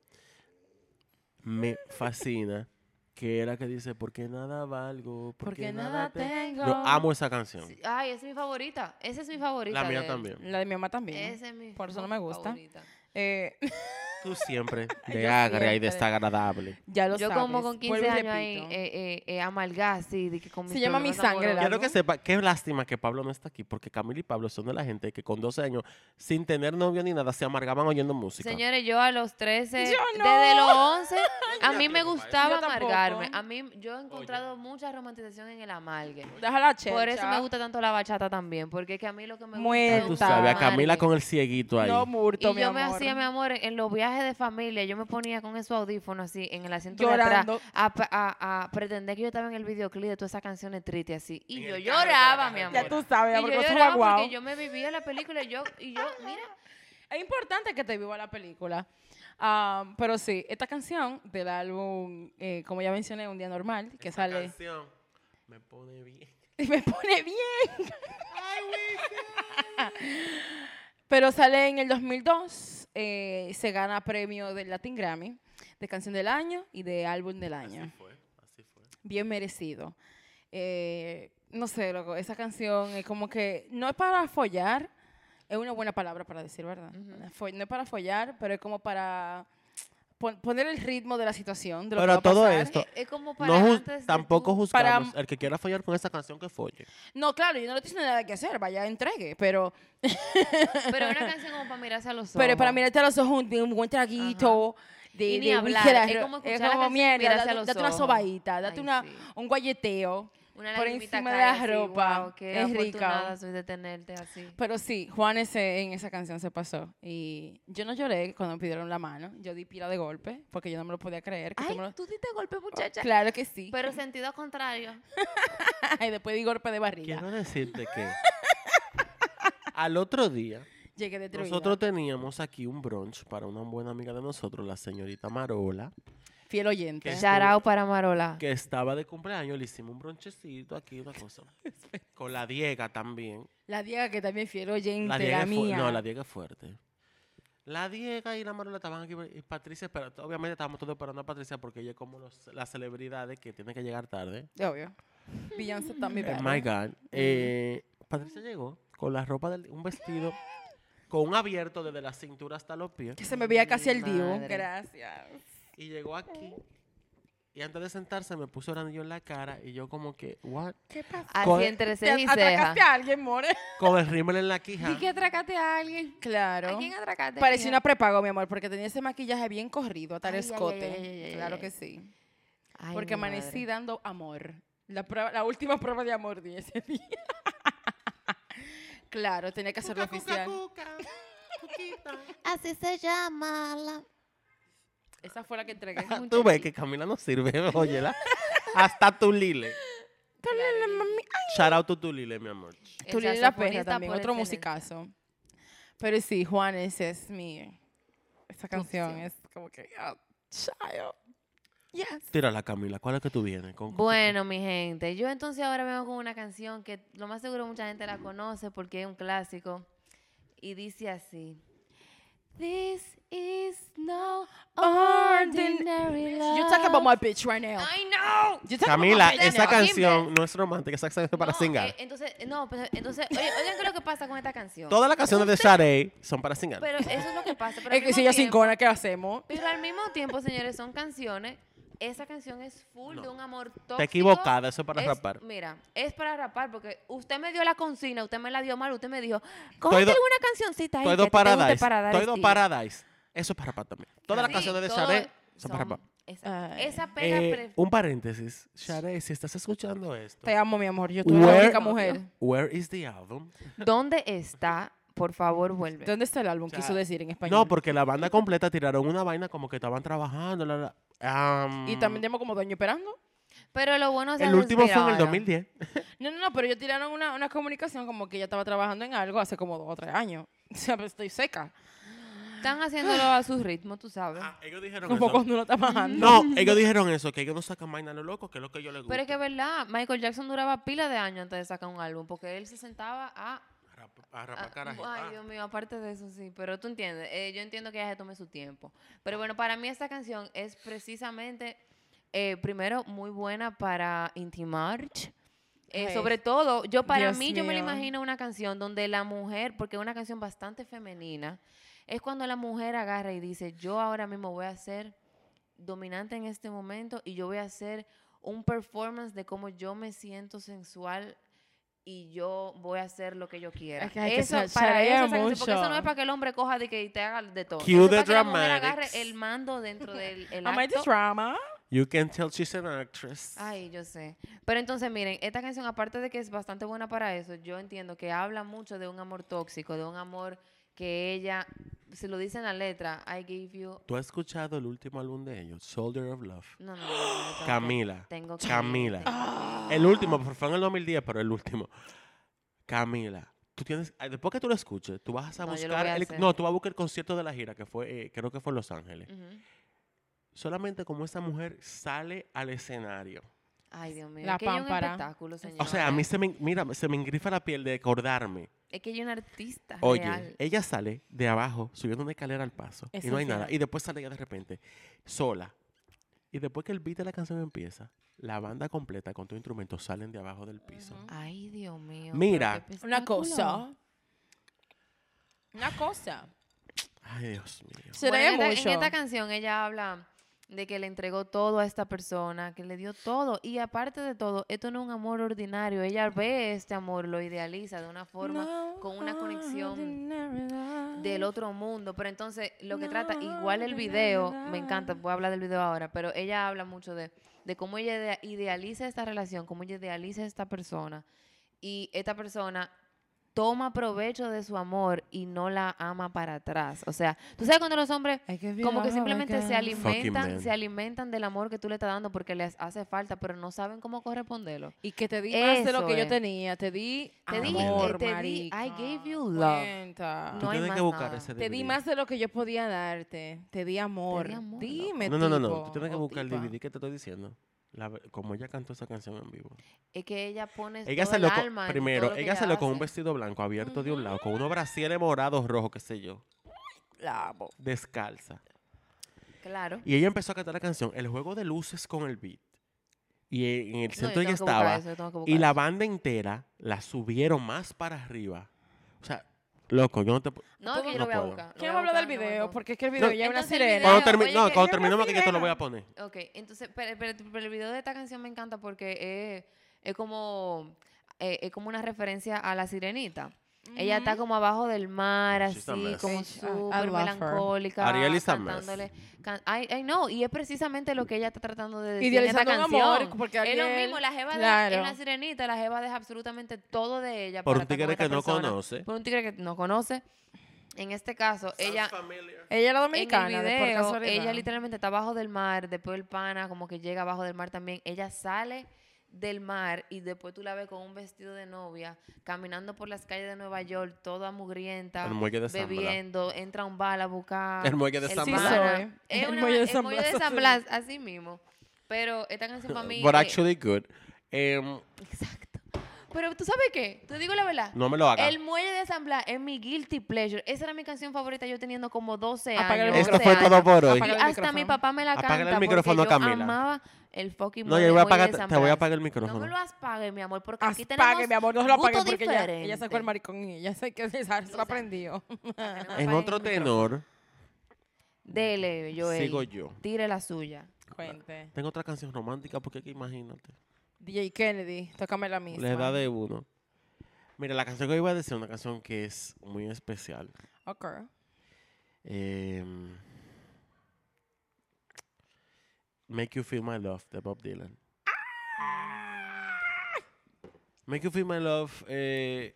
Speaker 3: Me fascina que era que dice, porque nada valgo, porque,
Speaker 2: Porque
Speaker 3: nada
Speaker 2: nada
Speaker 3: te-".
Speaker 2: tengo.
Speaker 3: Yo amo esa canción.
Speaker 4: Sí, Ay, esa es mi favorita. Esa es mi favorita.
Speaker 3: La mía
Speaker 4: de-
Speaker 3: también.
Speaker 2: La de mi mamá también.
Speaker 4: Esa es mi
Speaker 2: Por eso no me gusta.
Speaker 4: favorita.
Speaker 2: Eh,
Speaker 3: Tú siempre de
Speaker 2: Yo
Speaker 3: agria y
Speaker 2: siempre.
Speaker 3: desagradable.
Speaker 2: ya lo
Speaker 4: Yo
Speaker 2: sabes.
Speaker 4: como con 15
Speaker 2: Vuelvo y
Speaker 4: años ahí,
Speaker 2: repito.
Speaker 4: eh, eh, eh, amalgada así, de que con
Speaker 2: Se
Speaker 4: mis
Speaker 2: llama Mi
Speaker 4: problemas
Speaker 2: Sangre,
Speaker 4: amorosos.
Speaker 2: Claro.
Speaker 3: Quiero que sepa, qué lástima que Pablo no está aquí, porque Camila y Pablo son de la gente que con 12 años, sin tener novio ni nada, se amargaban oyendo música.
Speaker 4: Señores, yo a los 13,
Speaker 2: Yo
Speaker 4: desde
Speaker 2: no.
Speaker 4: los 11, a
Speaker 3: Ya
Speaker 4: mí me
Speaker 3: tú, compadre.
Speaker 4: gustaba
Speaker 2: Yo tampoco.
Speaker 4: amargarme. A mí, yo he encontrado mucha romantización en el amalgue.
Speaker 2: Déjala, checha.
Speaker 4: Por eso me gusta tanto la bachata también, porque es que a mí lo que me
Speaker 2: Muerta.
Speaker 3: Ya
Speaker 4: gusta
Speaker 3: tú
Speaker 4: es
Speaker 3: sabes, a Camila
Speaker 4: amarme.
Speaker 3: con el cieguito ahí.
Speaker 2: No murto,
Speaker 4: y
Speaker 2: mi
Speaker 4: yo me
Speaker 2: amor.
Speaker 4: hacía, mi amor, en en los viajes de familia, yo me ponía con esos audífonos así, en el asiento
Speaker 2: Llorando.
Speaker 4: de atrás, a, pa- a- a pretender que yo estaba en el videoclip de todas esas canciones tristes así. Y
Speaker 3: En
Speaker 4: yo
Speaker 3: el carro
Speaker 4: lloraba,
Speaker 3: con
Speaker 4: mi
Speaker 3: la
Speaker 4: amor.
Speaker 2: Ya tú sabes,
Speaker 4: y
Speaker 2: amor,
Speaker 4: yo
Speaker 2: con su
Speaker 4: lloraba
Speaker 2: guaguao.
Speaker 4: porque yo me vivía la película y yo, y yo mira,
Speaker 2: Es importante que te viva la película. Ah, pero sí, esta canción del álbum, eh, como ya mencioné, Un Día Normal, que sale...
Speaker 3: me pone bien.
Speaker 2: Y me pone bien. Pero sale en el 2002, eh, se gana premio del Latin Grammy de canción del año y de álbum del año.
Speaker 3: fue, así fue.
Speaker 2: Bien merecido. Eh, no sé, loco, esa canción es como que no es para follar, es una buena palabra para decir, ¿verdad? Fo- No es para follar, pero es como para pon- poner el ritmo de la situación. De lo que va
Speaker 3: Pero
Speaker 2: a
Speaker 3: todo
Speaker 2: pasar.
Speaker 3: esto,
Speaker 4: es, eh, es como para
Speaker 3: no ju-
Speaker 4: antes de
Speaker 3: tampoco
Speaker 4: tú-
Speaker 3: juzgamos. El que quiera follar con esa canción, que folle.
Speaker 2: No, claro, yo no le estoy diciendo nada que hacer, vaya, entregue, pero...
Speaker 4: Pero es una canción como para mirarse a los ojos.
Speaker 2: Pero para mirarte a los ojos, un, un buen traguito. De,
Speaker 4: Y ni
Speaker 2: de
Speaker 4: hablar,
Speaker 2: whisky,
Speaker 4: es como escuchar la
Speaker 2: como,
Speaker 4: canción y
Speaker 2: mierda,
Speaker 4: mirarse a
Speaker 2: date-
Speaker 4: los
Speaker 2: date una
Speaker 4: ojos".
Speaker 2: sobadita, date
Speaker 4: Ay,
Speaker 2: una,
Speaker 4: sí.
Speaker 2: un guayeteo
Speaker 4: Una
Speaker 2: por
Speaker 4: lagrimita
Speaker 2: encima de
Speaker 4: cae
Speaker 2: la
Speaker 4: así,
Speaker 2: ropa.
Speaker 4: guau, qué
Speaker 2: es rica.
Speaker 4: afortunada soy de tenerte así.
Speaker 2: Pero sí, Juanes eh, en esa canción se pasó. Y yo no lloré cuando me pidieron la mano. Yo di pila de golpe porque yo no me lo podía creer. que tú
Speaker 3: Este
Speaker 4: Ay,
Speaker 2: me lo-
Speaker 4: tú Pues diste
Speaker 3: Ah,
Speaker 4: golpe, muchacha.
Speaker 2: Claro que sí.
Speaker 4: Pero sentido contrario.
Speaker 2: y después di golpe de barriga.
Speaker 3: Quiero decirte que al otro día,
Speaker 2: Llegué destruida.
Speaker 3: nosotros teníamos aquí un brunch para una buena amiga de nosotros, la señorita Marola,
Speaker 2: Fiel oyente.
Speaker 3: ¿Qué?
Speaker 4: Charao para Marola.
Speaker 3: que estaba de cumpleaños. Le hicimos un bronchecito aquí, una cosa. Con la Diega también.
Speaker 2: La Diega, que también fiel oyente, la,
Speaker 3: Diega es fu-
Speaker 2: mía.
Speaker 3: No, la Diega es fuerte. La Diega y la Marola estaban aquí. Y Patricia, pero obviamente estábamos todos esperando a Patricia porque ella es como los- las celebridades que tienen que llegar tarde.
Speaker 2: Obvio. Beyoncé también.
Speaker 3: Eh,
Speaker 2: ¿verdad?
Speaker 3: my God. Eh, Patricia llegó con la ropa del un vestido con un abierto desde la cintura hasta los pies
Speaker 2: Que se me veía casi el divo.
Speaker 4: Madre.
Speaker 2: Gracias.
Speaker 3: y llegó aquí. Y antes de sentarse me puso el anillo en la cara y yo como que, what?
Speaker 2: ¿Qué pasó?
Speaker 3: Con-
Speaker 4: Así entre
Speaker 2: ¿Te
Speaker 4: ceja y ceja.
Speaker 2: atracaste a alguien, more?
Speaker 3: Con el rímel en la quija.
Speaker 4: ¿Y que atracaste a alguien?
Speaker 2: Claro.
Speaker 4: ¿A quién atracaste?
Speaker 2: Parecía
Speaker 4: mija?
Speaker 2: una prepago, mi amor, porque tenía ese maquillaje bien corrido, hasta el
Speaker 4: Ay, ay, ay,
Speaker 2: escote.
Speaker 4: ay, ay, ay,
Speaker 2: claro
Speaker 4: ay.
Speaker 2: que sí.
Speaker 4: Ay,
Speaker 2: porque
Speaker 4: mi madre.
Speaker 2: amanecí dando amor. La, prueba- la última prueba de amor de ese día. claro, tenía que hacerlo oficial.
Speaker 1: Así se llama la
Speaker 2: Esa fue la que entregué.
Speaker 3: Tú ves que Camila no sirve, óyela. Hasta tu lile. Shout out to tu lile, mi amor.
Speaker 4: El
Speaker 2: Tulile la perra
Speaker 4: saxofonista
Speaker 2: también,
Speaker 4: por
Speaker 2: otro
Speaker 4: excelencia.
Speaker 2: musicazo. Pero sí, Juanes es mi... Esa canción
Speaker 4: opción.
Speaker 2: es como que... ah, child. Yes.
Speaker 3: Tírala, Camila. ¿Cuál es que tú vienes? ¿Con-
Speaker 4: Bueno, mi gente, yo entonces ahora vengo con una canción que lo más seguro mucha gente la conoce porque es un clásico y dice así. This is no
Speaker 2: Ordin-
Speaker 4: ordinary love.
Speaker 2: You talking about my bitch right now.
Speaker 4: I know.
Speaker 2: You talking about my
Speaker 3: Camila,
Speaker 2: bitch right
Speaker 3: esa
Speaker 2: now.
Speaker 3: canción no es romántica, esa canción es para
Speaker 4: No,
Speaker 3: singar.
Speaker 4: eh, entonces, no, pero entonces, oye, oigan qué es lo que pasa con esta canción.
Speaker 3: Todas las canciones de Sharey son para singar.
Speaker 4: Pero eso es lo que pasa. Pero al
Speaker 2: Es que si
Speaker 4: mismo
Speaker 2: ella sin
Speaker 4: tiempo-
Speaker 2: cona, ¿qué hacemos?
Speaker 4: Pero al mismo tiempo, señores, son canciones. Esa canción es full de un amor tóxico.
Speaker 3: equivocada, eso es para
Speaker 4: Es-
Speaker 3: rapar.
Speaker 4: Mira, es para rapar porque usted me dio la consigna, usted me la dio mal, usted me dijo,
Speaker 3: do-
Speaker 4: cógete alguna cancioncita ahí
Speaker 3: Todo
Speaker 4: que te guste
Speaker 3: Paradise.
Speaker 4: para dar
Speaker 3: Todo Paradise. Eso es para rapar también. Todas las
Speaker 4: Sí,
Speaker 3: canciones de
Speaker 4: todo
Speaker 3: Sharey son para
Speaker 4: son-
Speaker 3: rapar.
Speaker 4: exacto.
Speaker 2: Ay.
Speaker 4: Esa pega
Speaker 3: Eh,
Speaker 4: pre-
Speaker 3: un paréntesis. Sharey, si estás escuchando esto,
Speaker 2: Te amo, mi amor. Yo soy la
Speaker 3: Where-
Speaker 2: única mujer.
Speaker 3: where is the album?
Speaker 4: ¿Dónde está? Por favor, vuelve.
Speaker 2: ¿Dónde está el álbum?
Speaker 3: sea,
Speaker 2: Quiso decir en español.
Speaker 3: No, porque la banda completa tiraron una vaina como que estaban trabajando. la, la. Am,
Speaker 2: Y también tenemos como Doña Esperando.
Speaker 4: Pero lo bueno es
Speaker 3: el
Speaker 4: la
Speaker 3: último fue en el
Speaker 4: desviada.
Speaker 3: 2010.
Speaker 2: No, no, no, pero ellos tiraron una, una comunicación como que ella estaba trabajando en algo hace como dos o tres años. O sea, pero estoy seca.
Speaker 4: Están haciéndolo a su ritmo, tú sabes.
Speaker 3: Ah, ellos dijeron
Speaker 2: Como cuando uno está bajando.
Speaker 3: No, ellos dijeron eso, que ellos no sacan vaina a lo loco, que es lo que yo les gusta.
Speaker 4: Pero es que es verdad, Michael Jackson duraba pila de años antes de sacar un álbum, porque él se sentaba a...
Speaker 3: Rap- a
Speaker 4: a-
Speaker 3: rapar carajito.
Speaker 4: ay,
Speaker 3: Ah.
Speaker 4: Dios mío, aparte de eso, sí, pero tú entiendes, eh, yo entiendo que ella se tome su tiempo. Pero bueno, para mí esta canción es precisamente, eh, primero, muy buena para intimar. Eh,
Speaker 2: Ay,
Speaker 4: sobre todo, yo para
Speaker 2: Dios
Speaker 4: mí, yo me la
Speaker 2: mío.
Speaker 4: imagino una canción donde la mujer, porque es una canción bastante femenina, es cuando la mujer agarra y dice, yo ahora mismo voy a ser dominante en este momento y yo voy a hacer un performance de cómo yo me siento sensual y yo voy a hacer lo que yo quiera.
Speaker 2: Es que hay que
Speaker 4: eso,
Speaker 2: sa-
Speaker 4: para
Speaker 2: saber
Speaker 4: eso, es la canción, porque eso no
Speaker 2: mucho.
Speaker 4: es para que el hombre coja de que y te haga de todo.
Speaker 3: Cue
Speaker 4: Eso
Speaker 3: the
Speaker 4: es para que la mujer agarre
Speaker 3: dramatics.
Speaker 4: el mando dentro del el
Speaker 2: Am I the
Speaker 4: acto.
Speaker 2: drama?
Speaker 3: You can tell she's an actress.
Speaker 4: Ay, yo sé. Pero entonces, miren, esta canción, aparte de que es bastante buena para eso, yo entiendo que habla mucho de un amor tóxico, de un amor que ella, se lo dice en la letra, I give you...
Speaker 3: ¿Tú has escuchado el último álbum de ellos, Soldier of Love?
Speaker 4: No, no, no, no, no, tengo que-
Speaker 3: Camila.
Speaker 4: Tengo que-
Speaker 3: Camila.
Speaker 4: tengo-
Speaker 3: El último, por fue en el 2010, pero el último. Camila, tú tienes, ay, después que tú lo escuches, tú vas a
Speaker 4: No, yo lo
Speaker 3: buscar,
Speaker 4: voy a
Speaker 3: el,
Speaker 4: hacer.
Speaker 3: no, tú vas a buscar el concierto de la gira que fue, eh, creo que fue en Los Ángeles.
Speaker 4: Ujú. Mm.
Speaker 3: Solamente como esa mujer sale al escenario.
Speaker 4: Ay, Dios mío.
Speaker 2: La
Speaker 4: es que ella es
Speaker 2: pámpara.
Speaker 4: un espectáculo, señor.
Speaker 3: O sea, a mí se me, mira, se me engrifa la piel de acordarme.
Speaker 4: Es que ella es una artista
Speaker 3: Oye, Eh,
Speaker 4: real.
Speaker 3: ella sale de abajo, subiendo una escalera al paso, y no hay nada.
Speaker 2: Esencial.
Speaker 3: Y después sale ella de repente, sola. Y después que el beat de la canción empieza, la banda completa con tu instrumento salen de abajo del piso.
Speaker 4: Ay, Dios mío. pero
Speaker 3: Mira.
Speaker 4: qué
Speaker 2: Una
Speaker 4: espectáculo.
Speaker 2: cosa. Una cosa.
Speaker 3: Ay, Dios mío.
Speaker 2: Se
Speaker 4: Bueno, en,
Speaker 2: mucho.
Speaker 4: esta, en esta canción ella habla de que le entregó todo a esta persona, que le dio todo. Y aparte de todo, esto no es un amor ordinario. Ella ve este amor, lo idealiza de una forma, con una conexión del otro mundo. Pero entonces, lo que trata, igual el video, me encanta, voy a hablar del video ahora, pero ella habla mucho de, de cómo ella idea- idealiza esta relación, cómo ella idealiza esta persona. Y esta persona toma provecho de su amor y no la ama para atrás. O sea, tú sabes cuando los hombres como que simplemente se alimentan,
Speaker 3: man.
Speaker 4: se alimentan del amor que tú le estás dando porque les hace falta, pero no saben cómo corresponderlo.
Speaker 2: Y que te di más de lo
Speaker 4: Eso
Speaker 2: que yo
Speaker 4: es.
Speaker 2: tenía. Te di
Speaker 4: Te di-
Speaker 2: amor,
Speaker 4: eh, te di, I
Speaker 2: marica.
Speaker 4: gave you love.
Speaker 2: Cuenta.
Speaker 3: Tú
Speaker 4: No hay
Speaker 3: tienes
Speaker 4: más
Speaker 3: que buscar
Speaker 4: nada.
Speaker 3: ese
Speaker 2: Te di
Speaker 3: DVD.
Speaker 2: más de lo que yo podía darte. Te di amor.
Speaker 4: amor, Oh,
Speaker 2: Dime,
Speaker 3: No, no, no, no.
Speaker 2: tipo,
Speaker 3: Tú tienes que
Speaker 2: o
Speaker 3: buscar el
Speaker 2: tipa.
Speaker 3: DVD que te estoy diciendo. La ve- como ella cantó esa canción en vivo.
Speaker 4: Es que ella pone
Speaker 3: Ella
Speaker 4: todo
Speaker 3: salió
Speaker 4: el
Speaker 3: con-
Speaker 4: alma en todo
Speaker 3: primero,
Speaker 4: lo que
Speaker 3: ella salió con un
Speaker 4: hace.
Speaker 3: vestido blanco abierto de un lado, con unos brasieres morados, rojos, qué sé yo,
Speaker 2: La amo.
Speaker 3: descalza.
Speaker 4: Claro.
Speaker 3: Y ella empezó a cantar la canción, el juego de luces con el beat. Y e- en el
Speaker 4: No, yo
Speaker 3: centro ella
Speaker 4: tengo que buscar
Speaker 3: estaba.
Speaker 4: eso, yo tengo que
Speaker 3: Y
Speaker 4: buscar
Speaker 3: la
Speaker 4: eso.
Speaker 3: banda entera la subieron más para arriba. O sea, loco, yo no te... pu-
Speaker 4: No, es que yo
Speaker 3: No
Speaker 4: lo voy a
Speaker 3: puedo.
Speaker 4: buscar. lo
Speaker 2: Quiero
Speaker 4: voy a
Speaker 2: hablar
Speaker 4: buscar,
Speaker 2: del
Speaker 4: no me
Speaker 2: video,
Speaker 4: acuerdo.
Speaker 2: porque es que el video
Speaker 3: No.
Speaker 2: ya es una
Speaker 4: Entonces, el
Speaker 2: sirena.
Speaker 4: video-
Speaker 3: Cuando,
Speaker 4: Pero,
Speaker 3: termi-
Speaker 4: oye,
Speaker 3: no,
Speaker 4: que
Speaker 3: cuando
Speaker 4: yo
Speaker 3: terminemos aquí yo te lo voy a poner.
Speaker 4: Ok, entonces, pero, pero- pero el video de esta canción me encanta porque es, es como eh, es como una referencia a la sirenita. Ella está como abajo del mar,
Speaker 3: Oh, she's a
Speaker 4: así,
Speaker 3: mess.
Speaker 4: como
Speaker 2: Bitch, I- I
Speaker 4: súper
Speaker 2: love her.
Speaker 4: melancólica.
Speaker 3: Ariel is a mess.
Speaker 4: cantándole. can- ay, ay, no, y es precisamente lo que ella está tratando de decir en esta
Speaker 2: Idealizando un
Speaker 4: canción.
Speaker 2: amor, porque
Speaker 4: es lo
Speaker 2: Ariel-
Speaker 4: mismo, la jeva de,
Speaker 2: claro.
Speaker 4: en la sirenita, la jeva deja absolutamente todo de ella.
Speaker 3: Por
Speaker 4: para
Speaker 3: un
Speaker 4: estar con
Speaker 3: tigre
Speaker 4: esta
Speaker 3: que no
Speaker 4: persona.
Speaker 3: conoce.
Speaker 4: Por un tigre que no conoce. En este caso, ella
Speaker 2: Ella era
Speaker 4: en el
Speaker 2: dominicana, de por
Speaker 4: video,
Speaker 2: casualidad.
Speaker 4: ella literalmente está abajo del mar, después el pana como que llega abajo del mar también, ella sale del mar y después tú la ves con un vestido de novia caminando por las calles de Nueva York, toda mugrienta,
Speaker 3: El muelle de San Blas.
Speaker 4: bebiendo, entra un bal a buscar.
Speaker 3: El muelle de
Speaker 4: el
Speaker 3: San
Speaker 2: Sí
Speaker 4: pana.
Speaker 3: Blas.
Speaker 2: soy.
Speaker 4: Es
Speaker 2: El
Speaker 4: una-
Speaker 2: muelle de
Speaker 4: el
Speaker 2: San
Speaker 4: muelle de
Speaker 2: Blas,
Speaker 4: San
Speaker 2: sí.
Speaker 4: Blas, así mismo. Pero esta canción para mí
Speaker 3: But
Speaker 4: eh,
Speaker 3: actually good. Em,
Speaker 4: exacto. Pero tú sabes qué, te digo la verdad.
Speaker 3: No me lo hagas.
Speaker 4: El muelle de San Blas es mi guilty pleasure. Esa era mi canción favorita yo teniendo como 12
Speaker 2: Apaga el
Speaker 4: años.
Speaker 3: Esto
Speaker 4: 11
Speaker 3: fue todo
Speaker 4: años.
Speaker 3: por hoy.
Speaker 4: Y
Speaker 2: Apaga el
Speaker 4: hasta mi
Speaker 2: micrófono.
Speaker 4: papá me la
Speaker 3: Apágale
Speaker 4: canta
Speaker 3: el micrófono,
Speaker 4: porque yo
Speaker 3: Camila.
Speaker 4: amaba el fucking
Speaker 3: No, yo
Speaker 4: muelle-
Speaker 3: voy a
Speaker 4: muelle de
Speaker 3: apagar-
Speaker 4: San
Speaker 3: te voy a
Speaker 4: Blas.
Speaker 3: apagar el micrófono.
Speaker 4: No me lo apague, mi amor, porque aquí
Speaker 2: Apague,
Speaker 4: tenemos
Speaker 2: mi amor, no se lo apague
Speaker 4: gustos
Speaker 2: porque ella, ella sacó el
Speaker 4: diferentes.
Speaker 2: maricón y ella sé que se, se lo aprendió.
Speaker 4: Tenemos
Speaker 3: En
Speaker 4: apague
Speaker 3: otro
Speaker 4: el micrófono.
Speaker 3: tenor,
Speaker 4: Dele, Joel.
Speaker 3: sigo yo.
Speaker 4: Tire la suya.
Speaker 2: Cuente.
Speaker 3: Tengo otra canción romántica porque es que imagínate.
Speaker 2: DJ Kennedy, tócame la misma.
Speaker 3: La edad de uno. Mira, la canción que iba a decir es una canción que es muy especial.
Speaker 2: Ok.
Speaker 3: Em, Make You Feel My Love de Bob Dylan. Make You Feel My Love. eh,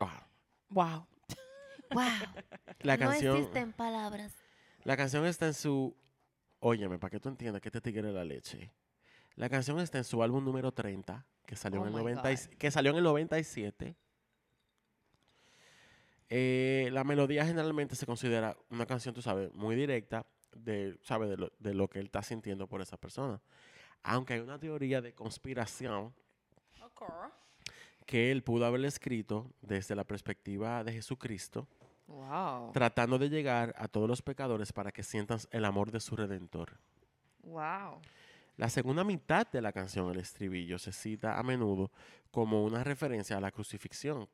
Speaker 3: ah,
Speaker 2: Wow.
Speaker 1: Wow.
Speaker 3: la
Speaker 1: no
Speaker 3: canción.
Speaker 1: existen palabras.
Speaker 3: La canción está en su. Óyeme, para que tú entiendas que este tigre es la leche. La canción está en su álbum número 30, que salió,
Speaker 4: Oh
Speaker 3: en, el
Speaker 4: my
Speaker 3: 90 y-
Speaker 4: God.
Speaker 3: que salió en el 97. Eh, la melodía generalmente se considera una canción, tú sabes, muy directa de, ¿sabes? De, lo, de lo que él está sintiendo por esa persona. Aunque hay una teoría de conspiración
Speaker 2: Ok.
Speaker 3: que él pudo haberle escrito desde la perspectiva de Jesucristo
Speaker 4: Wow.
Speaker 3: tratando de llegar a todos los pecadores para que sientan el amor de su redentor.
Speaker 4: Wow.
Speaker 3: La segunda mitad de la canción, el estribillo, se cita a menudo como una referencia a la crucifixión.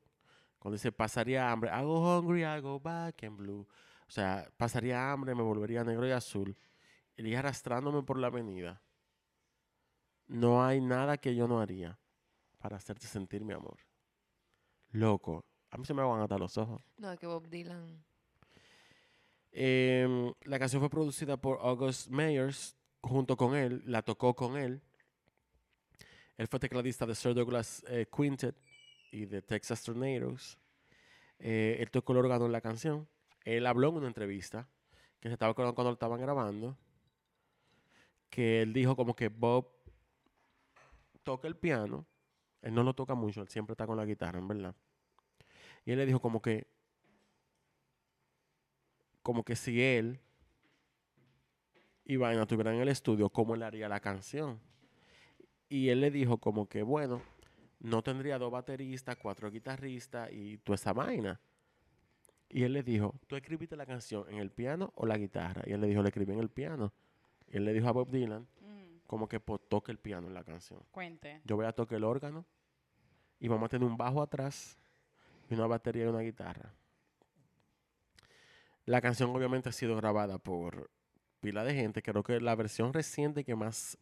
Speaker 3: Cuando dice, pasaría hambre, I go hungry, I go back in blue. O sea, pasaría hambre, me volvería negro y azul, iría arrastrándome por la avenida. No hay nada que yo no haría para hacerte sentir mi amor. Loco, a mí se me van a dar los ojos.
Speaker 4: No, es que Bob Dylan.
Speaker 3: Em, la canción fue producida por August Meyers junto con él, la tocó con él. Él fue tecladista de Sir Douglas eh, Quintet y de Texas Tornadoes. Eh, él tocó el órgano en la canción. Él habló en una entrevista que se estaba acordando cuando lo estaban grabando, que él dijo como que Bob toca el piano, él no lo toca mucho, él siempre está con la guitarra, en verdad. Y él le dijo como que como que si él y Vaina estuvieran en el estudio, ¿cómo él haría la canción? Y él le dijo como que, bueno, no tendría dos bateristas, cuatro guitarristas y toda esa vaina. Y él le dijo, ¿tú escribiste la canción en el piano o la guitarra? Y él le dijo, la escribí en el piano. Y él le dijo a Bob Dylan
Speaker 4: Mm.
Speaker 3: como que pues, toque el piano en la canción.
Speaker 2: Cuente.
Speaker 3: Yo voy a tocar el órgano y vamos a tener un bajo atrás y una batería y una guitarra. La canción obviamente ha sido grabada por pila de gente. Creo que la versión reciente que más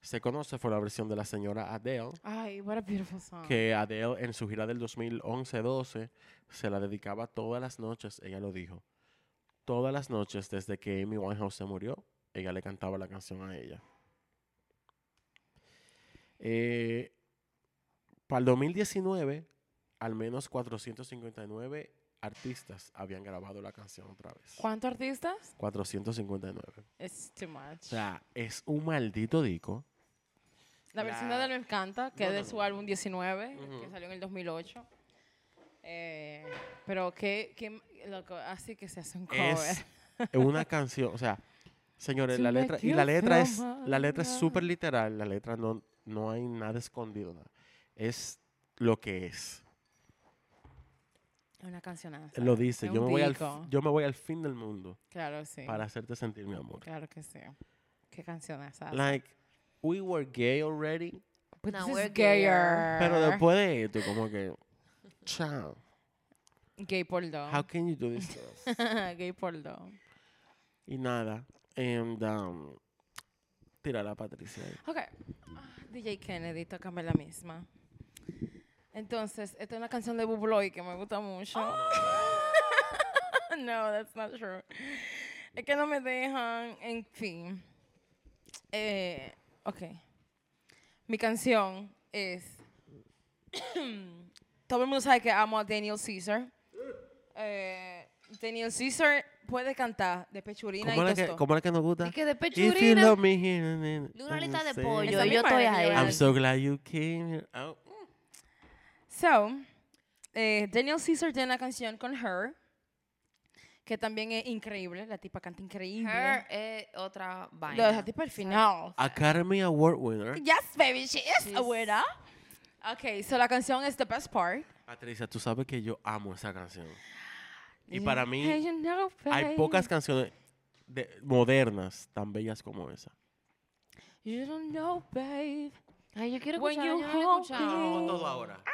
Speaker 3: se conoce fue la versión de la señora Adele,
Speaker 2: Ay, what a beautiful song.
Speaker 3: que Adele en su gira del 2011-12 se la dedicaba todas las noches, ella lo dijo. Todas las noches desde que Amy Winehouse se murió, ella le cantaba la canción a ella. Eh, para el 2019, al menos 459 artistas habían grabado la canción otra vez.
Speaker 2: ¿Cuántos artistas?
Speaker 3: 459.
Speaker 2: It's too much.
Speaker 3: O sea, es un maldito disco.
Speaker 2: La versión de
Speaker 3: La-
Speaker 2: Adele me encanta, que
Speaker 3: No,
Speaker 2: es de
Speaker 3: no,
Speaker 2: su
Speaker 3: no.
Speaker 2: álbum 19, que
Speaker 3: Ujú.
Speaker 2: salió en el 2008. Eh, pero que, que loco, así que se hace un cover.
Speaker 3: Es una canción, o sea, señores,
Speaker 2: To
Speaker 3: la
Speaker 2: make
Speaker 3: letra y
Speaker 2: you
Speaker 3: la letra es
Speaker 2: feel
Speaker 3: la letra es
Speaker 2: my
Speaker 3: súper literal, la letra no no hay nada escondido, nada. Es lo que es.
Speaker 2: Es una cancionaza.
Speaker 3: Él lo dice,
Speaker 2: es
Speaker 3: yo
Speaker 2: un
Speaker 3: me voy al
Speaker 2: disco.
Speaker 3: f- yo me voy al fin del mundo
Speaker 2: Claro, sí.
Speaker 3: para hacerte sentir mi amor.
Speaker 2: Claro que sí. Qué cancionaza.
Speaker 3: Like we were gay already,
Speaker 4: No,
Speaker 2: But Pues this is
Speaker 4: we're
Speaker 2: gayer.
Speaker 3: pero después de esto como que chao.
Speaker 2: Gay por dos.
Speaker 3: How can you do this? to us?
Speaker 2: Gay por dos.
Speaker 3: y nada. And um, tira la Patricia. ahí.
Speaker 2: Ok. Ah, DJ Kennedy, tócame la misma. Entonces, esta es una canción de Bubloy que me gusta mucho. no, that's not true. Es que no me dejan, en fin. Eh, ok. Mi canción es... Todo el mundo sabe que amo a Daniel Caesar. Eh, Daniel Caesar puede cantar de pechurina
Speaker 3: ¿Cómo
Speaker 2: y
Speaker 3: es la que,
Speaker 2: tostón.
Speaker 3: cómo es la que nos gusta?
Speaker 4: Y que de
Speaker 3: If you
Speaker 4: pechurina.
Speaker 3: love me here and then-
Speaker 4: De una
Speaker 3: then
Speaker 4: lista
Speaker 3: you
Speaker 4: de
Speaker 3: say-
Speaker 4: pollo. yo Ah.
Speaker 2: Esa misma
Speaker 4: estoy
Speaker 2: era,
Speaker 4: ahí.
Speaker 2: Joel.
Speaker 3: I'm so glad you came here. Oh,
Speaker 2: So, eh, Daniel Caesar tiene una canción con Her, que también es increíble. La tipa canta increíble.
Speaker 4: Her es otra
Speaker 2: Lo
Speaker 4: vaina.
Speaker 2: de la tipa al final.
Speaker 3: Academy Award winner.
Speaker 2: Yes, baby, she is
Speaker 4: She's-
Speaker 2: a winner. Ok, so la canción es The Best Part.
Speaker 3: Patricia, tú sabes que yo amo esa canción. Y para mí,
Speaker 2: And you know,
Speaker 3: Hay
Speaker 2: babe,
Speaker 3: pocas canciones de- modernas tan bellas como esa.
Speaker 2: You don't know, babe.
Speaker 4: Ay, yo quiero
Speaker 2: When
Speaker 4: escucharla,
Speaker 2: you
Speaker 4: yo no la he
Speaker 2: hold
Speaker 4: escuchado.
Speaker 2: me.
Speaker 3: ahora.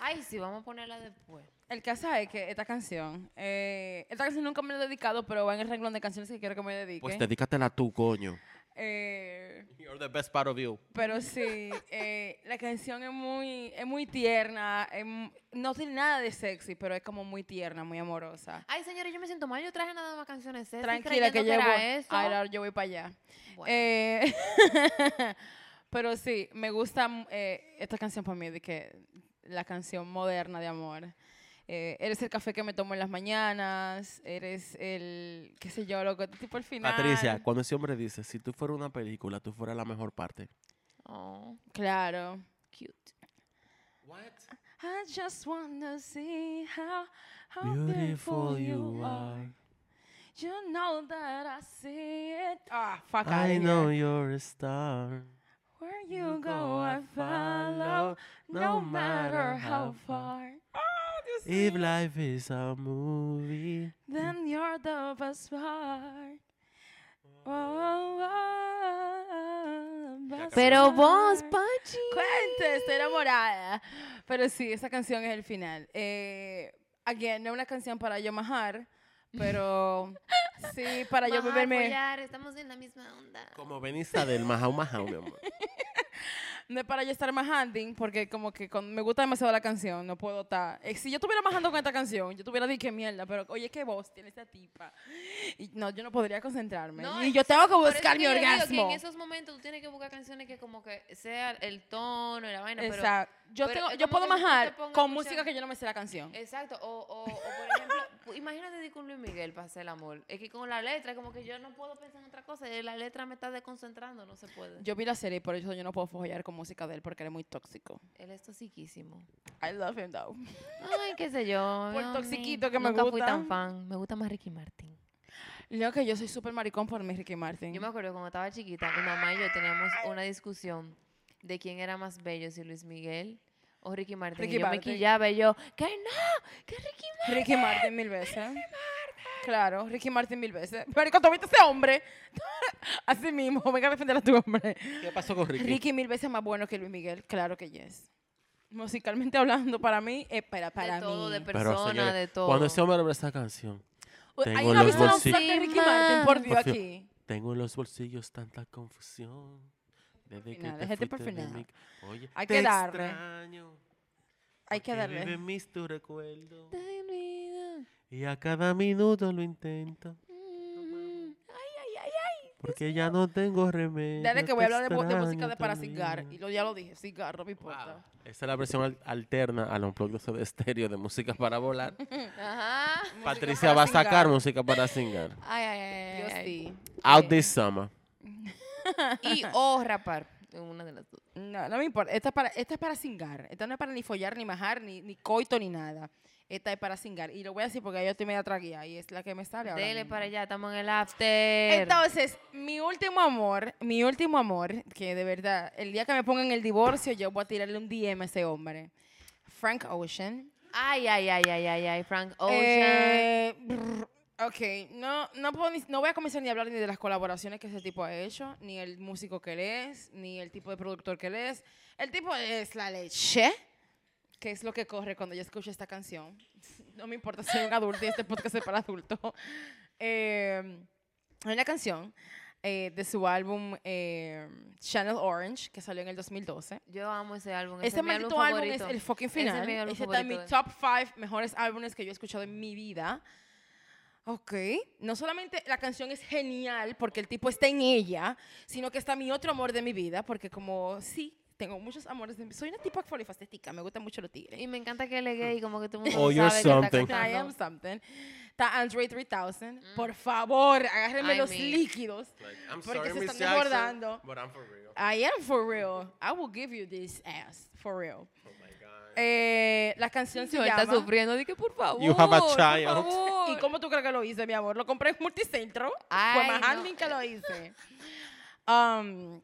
Speaker 4: Ay, sí, vamos a ponerla después.
Speaker 2: El caso es que esta canción, eh, esta canción nunca me la he dedicado, pero va en el renglón de canciones que quiero que me dedique.
Speaker 3: Pues dedícatela tú, coño.
Speaker 2: Eh,
Speaker 3: You're the best part of you.
Speaker 2: pero sí, eh, la canción es muy, es muy tierna, es mu- no tiene nada de sexy, pero es como muy tierna, muy amorosa.
Speaker 4: Ay, señores, yo me siento mal. Yo traje nada más canciones. sexy,
Speaker 2: Tranquila que
Speaker 4: creyendo
Speaker 2: yo voy,
Speaker 4: era eso.
Speaker 2: ay, ahora yo voy para allá.
Speaker 4: Bueno.
Speaker 2: Eh, pero sí, me gusta mm, eh, esta canción para mí, de que la canción moderna de amor. Eh, eres el café que me tomo en las mañanas, eres el, qué sé yo, loco, tipo el final.
Speaker 3: Patricia, cuando ese hombre dice, si tú fueras una película, tú fueras la mejor parte.
Speaker 4: Oh,
Speaker 2: Claro.
Speaker 4: cute.
Speaker 2: I just wanna see how, how
Speaker 3: Beautiful you are.
Speaker 2: You know that I see it. Ah, fuck outta
Speaker 3: I
Speaker 2: here.
Speaker 3: know you're a star.
Speaker 2: Where you go, I follow, no matter how far. Oh, Dios
Speaker 3: If
Speaker 2: mío.
Speaker 3: life is a movie.
Speaker 2: Then you're the best part. Oh, oh, oh, best
Speaker 4: Pero vos,
Speaker 2: part.
Speaker 4: Pachi.
Speaker 2: Cuente, estoy enamorada. Pero sí, esa canción es el final. Eh, again, no es una canción para yo majar, pero sí, para yo
Speaker 4: Vamos a
Speaker 2: beberme.
Speaker 4: apoyar, pues Estamos en la misma onda.
Speaker 3: Como venista del Mahau Mahau, mi amor.
Speaker 2: No es para yo estar majando, porque como que con- me gusta demasiado la canción, no puedo estar. eh, si yo estuviera majando con esta canción, yo tuviera di que mierda, pero oye, qué voz tiene esta tipa. Y no, yo no podría concentrarme.
Speaker 4: No,
Speaker 2: y
Speaker 4: es-
Speaker 2: yo tengo que
Speaker 4: por eso
Speaker 2: buscar
Speaker 4: que
Speaker 2: mi
Speaker 4: yo digo que
Speaker 2: orgasmo.
Speaker 4: en esos momentos tú tienes que buscar canciones que como que sea el tono y la vaina. pero-
Speaker 2: Exacto. Yo,
Speaker 4: pero
Speaker 2: tengo-
Speaker 4: es
Speaker 2: yo
Speaker 4: como
Speaker 2: puedo
Speaker 4: que si tú te
Speaker 2: majar
Speaker 4: pongas a
Speaker 2: con
Speaker 4: escuchar-
Speaker 2: música que yo no me sé la canción.
Speaker 4: Exacto, o, o, o, por ejemplo, pu- imagínate di con Luis Miguel para hacer el amor. Es que con la letra, como que yo no puedo pensar en otra cosa, y la letra me está desconcentrando, no se puede.
Speaker 2: Yo vi la serie y por eso yo no puedo follar con música de él porque él es muy tóxico.
Speaker 4: Él es toxiquísimo.
Speaker 2: I love him though.
Speaker 4: Ay, qué sé yo.
Speaker 2: Por
Speaker 4: no,
Speaker 2: toxiquito
Speaker 4: ni-
Speaker 2: que me
Speaker 4: nunca fui
Speaker 2: gusta.
Speaker 4: tan fan. Me gusta más Ricky Martin.
Speaker 2: Lo que yo soy súper maricón por mi Ricky Martin.
Speaker 4: Yo me acuerdo cuando estaba chiquita, mi mamá y yo teníamos una discusión de quién era más bello, si Luis Miguel o Ricky Martin.
Speaker 2: Ricky
Speaker 4: y yo
Speaker 2: Martin.
Speaker 4: me quillaba y yo, que no, que Ricky Martin.
Speaker 2: Ricky Martin mil veces. Claro, Ricky Martin mil veces. Marico, ¿tú viste ese hombre? Así mismo, venga a defender a tu hombre.
Speaker 3: ¿Qué pasó con Ricky?
Speaker 2: Ricky mil veces más bueno que Luis Miguel, claro que yes. Musicalmente hablando, para mí, eh, para, para
Speaker 4: de todo,
Speaker 2: mí.
Speaker 4: de
Speaker 3: Pero,
Speaker 4: persona,
Speaker 3: señores,
Speaker 4: de todo.
Speaker 3: Cuando ese hombre abre esa canción,
Speaker 2: Hay
Speaker 3: Tengo
Speaker 2: una
Speaker 3: los
Speaker 2: vez un
Speaker 3: bolsillos.
Speaker 2: de Ricky Martin, por Dios,
Speaker 3: Por fin.
Speaker 2: aquí.
Speaker 3: Tengo en los bolsillos tanta confusión. Desde
Speaker 2: Final,
Speaker 3: que te
Speaker 2: déjate por
Speaker 3: fuiste de
Speaker 2: final.
Speaker 3: mi- Oye,
Speaker 2: Hay
Speaker 3: te
Speaker 2: que darle.
Speaker 3: extraño.
Speaker 2: Hay que
Speaker 3: porque
Speaker 2: darle.
Speaker 3: vive en mis tu recuerdo. Y a cada minuto lo intento.
Speaker 2: Mm.
Speaker 3: Porque ya no tengo remedio.
Speaker 2: Dale que voy a
Speaker 3: te
Speaker 2: hablar de, bu- de música
Speaker 3: extraño,
Speaker 2: de para
Speaker 3: te
Speaker 2: cigar. Y
Speaker 3: olvido.
Speaker 2: lo, ya lo dije, cigarro, no me
Speaker 3: Wow.
Speaker 2: importa.
Speaker 3: Esa es la versión al- alterna al unplugged de estéreo de música para volar.
Speaker 4: Ajá.
Speaker 3: Patricia
Speaker 2: para
Speaker 3: va a sacar
Speaker 2: cingar.
Speaker 3: música para cingar.
Speaker 4: Ay, ay, ay.
Speaker 2: Yo
Speaker 4: ay, ay.
Speaker 2: sí.
Speaker 3: Out
Speaker 2: Eh,
Speaker 3: this summer.
Speaker 4: Y o rapar. Una de las dos.
Speaker 2: No, no me importa. Esta es para, esta es para cingar. Esta no es para ni follar, ni majar, ni, ni coito, ni nada. Esta es para cingar. Y lo voy a decir porque yo estoy media traguía y es la que me sale ahora.
Speaker 4: Dele
Speaker 2: mismo.
Speaker 4: para allá, estamos en el after.
Speaker 2: Entonces, mi último amor, mi último amor, que de verdad, el día que me pongan el divorcio, yo voy a tirarle un DM a ese hombre. Frank Ocean.
Speaker 4: Ay, ay, ay, ay, ay, ay, Frank Ocean.
Speaker 2: Eh, brr, ok, no, no, puedo ni- no voy a comenzar ni a hablar ni de las colaboraciones que ese tipo ha hecho, ni el músico que él es, ni el tipo de productor que él es. El tipo es la leche, que es lo que corre cuando yo escucho esta canción. No me importa si soy un adulto y este podcast es para adultos. Eh, hay una canción eh, de su álbum eh, Channel Orange, que salió en el 2012.
Speaker 4: Yo amo ese álbum. ese
Speaker 2: Ese
Speaker 4: es mi álbum
Speaker 2: Este maldito álbum es
Speaker 4: favorito.
Speaker 2: el fucking
Speaker 4: Ese es mi
Speaker 2: final.
Speaker 4: álbum
Speaker 2: Ese está en mi
Speaker 4: favorito.
Speaker 2: top 5 mejores álbumes que yo he escuchado en mi vida. Ok. No solamente la canción es genial porque el tipo está en ella, sino que está mi otro amor de mi vida, porque como sí, tengo muchos amores de mi Soy una tipa polifacética, me gustan mucho los tigres.
Speaker 4: Y me encanta que él es gay, como que todo el mundo
Speaker 3: Oh,
Speaker 4: sabe
Speaker 3: you're
Speaker 4: que
Speaker 3: something.
Speaker 4: está
Speaker 2: I am
Speaker 4: cantando.
Speaker 2: something. Está Andre 3000. Por favor, agárrenme
Speaker 4: Mm. Ay,
Speaker 2: los
Speaker 4: mi-
Speaker 2: líquidos. porque se están desbordando.
Speaker 3: But I'm for real.
Speaker 2: I am for real. I will give you this ass, for real. Eh, la canción se
Speaker 4: Él
Speaker 2: llama...
Speaker 4: está sufriendo. Dije, por favor.
Speaker 3: You have a
Speaker 4: por
Speaker 3: child.
Speaker 4: favor.
Speaker 2: ¿Y cómo tú crees que lo hice, mi amor? Lo compré en Multicentro.
Speaker 4: Ay,
Speaker 2: fue más
Speaker 4: no.
Speaker 2: handling que lo hice. Um,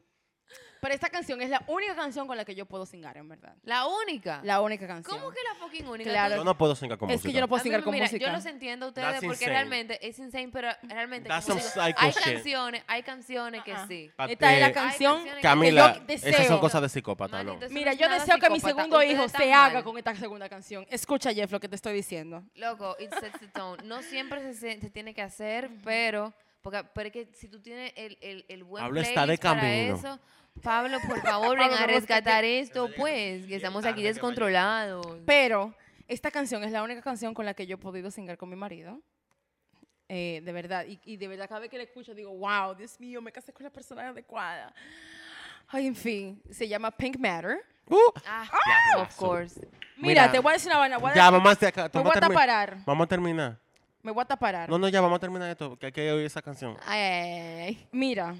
Speaker 2: Pero esta canción es la única canción con la que yo puedo singar, en verdad.
Speaker 4: La única.
Speaker 2: La única canción.
Speaker 4: ¿Cómo que la fucking única?
Speaker 2: Claro.
Speaker 4: Tú-
Speaker 2: Yo
Speaker 5: Yo no puedo singar con
Speaker 2: Es que yo no
Speaker 4: A
Speaker 2: puedo
Speaker 4: mí,
Speaker 2: singar con
Speaker 4: mira,
Speaker 2: música.
Speaker 4: Yo los entiendo a ustedes
Speaker 3: That's
Speaker 4: porque
Speaker 3: insane.
Speaker 4: realmente es insane, pero realmente
Speaker 3: That's
Speaker 4: como
Speaker 3: some
Speaker 4: digo, hay
Speaker 3: psycho shit.
Speaker 4: canciones, hay canciones que
Speaker 2: Ah, ah.
Speaker 4: sí.
Speaker 2: Esta es la
Speaker 4: Hay
Speaker 2: canción.
Speaker 4: canciones que-
Speaker 5: Camila,
Speaker 2: que yo
Speaker 5: esas
Speaker 2: deseo.
Speaker 5: son cosas de psicópata, ¿no?
Speaker 4: Maldito, eso
Speaker 2: Mira,
Speaker 4: no es
Speaker 2: yo
Speaker 4: nada
Speaker 2: deseo que mi
Speaker 4: psicópata.
Speaker 2: segundo
Speaker 4: Ustedes
Speaker 2: hijo
Speaker 4: están
Speaker 2: se haga
Speaker 4: mal.
Speaker 2: con esta segunda canción. Escucha, Jeff, lo que te estoy diciendo.
Speaker 4: Loco, it sets the tone. No siempre se, se- se tiene que hacer, pero... Porque, pero es que si tú tienes el, el, el buen
Speaker 3: Pablo está de
Speaker 4: playlist para
Speaker 3: camino.
Speaker 4: eso, Pablo, por favor, ven
Speaker 2: Pablo,
Speaker 4: a
Speaker 2: no,
Speaker 4: rescatar esto, pues, que estamos aquí descontrolados.
Speaker 2: Pero esta canción es la única canción con la que yo he podido singar con mi marido. Eh, de verdad. Y, y de verdad, cada vez que la escucho, digo, wow, Dios mío, me casé con la persona adecuada. Ay, en fin, se llama Pink Matter.
Speaker 4: Ah,
Speaker 3: Diablazo.
Speaker 4: of course.
Speaker 2: Mira,
Speaker 3: Uh, Mira,
Speaker 2: te voy a decir una vaina. voy a
Speaker 3: Ya,
Speaker 2: decir-
Speaker 3: mamá, se acá-
Speaker 2: me
Speaker 3: vamos
Speaker 2: voy a
Speaker 3: a termi-
Speaker 2: parar.
Speaker 3: Vamos a terminar.
Speaker 2: Me voy a parar.
Speaker 3: No, no, ya, vamos a terminar esto, que hay que oír esa canción.
Speaker 4: Ay, ay, ay, ay.
Speaker 2: Mira,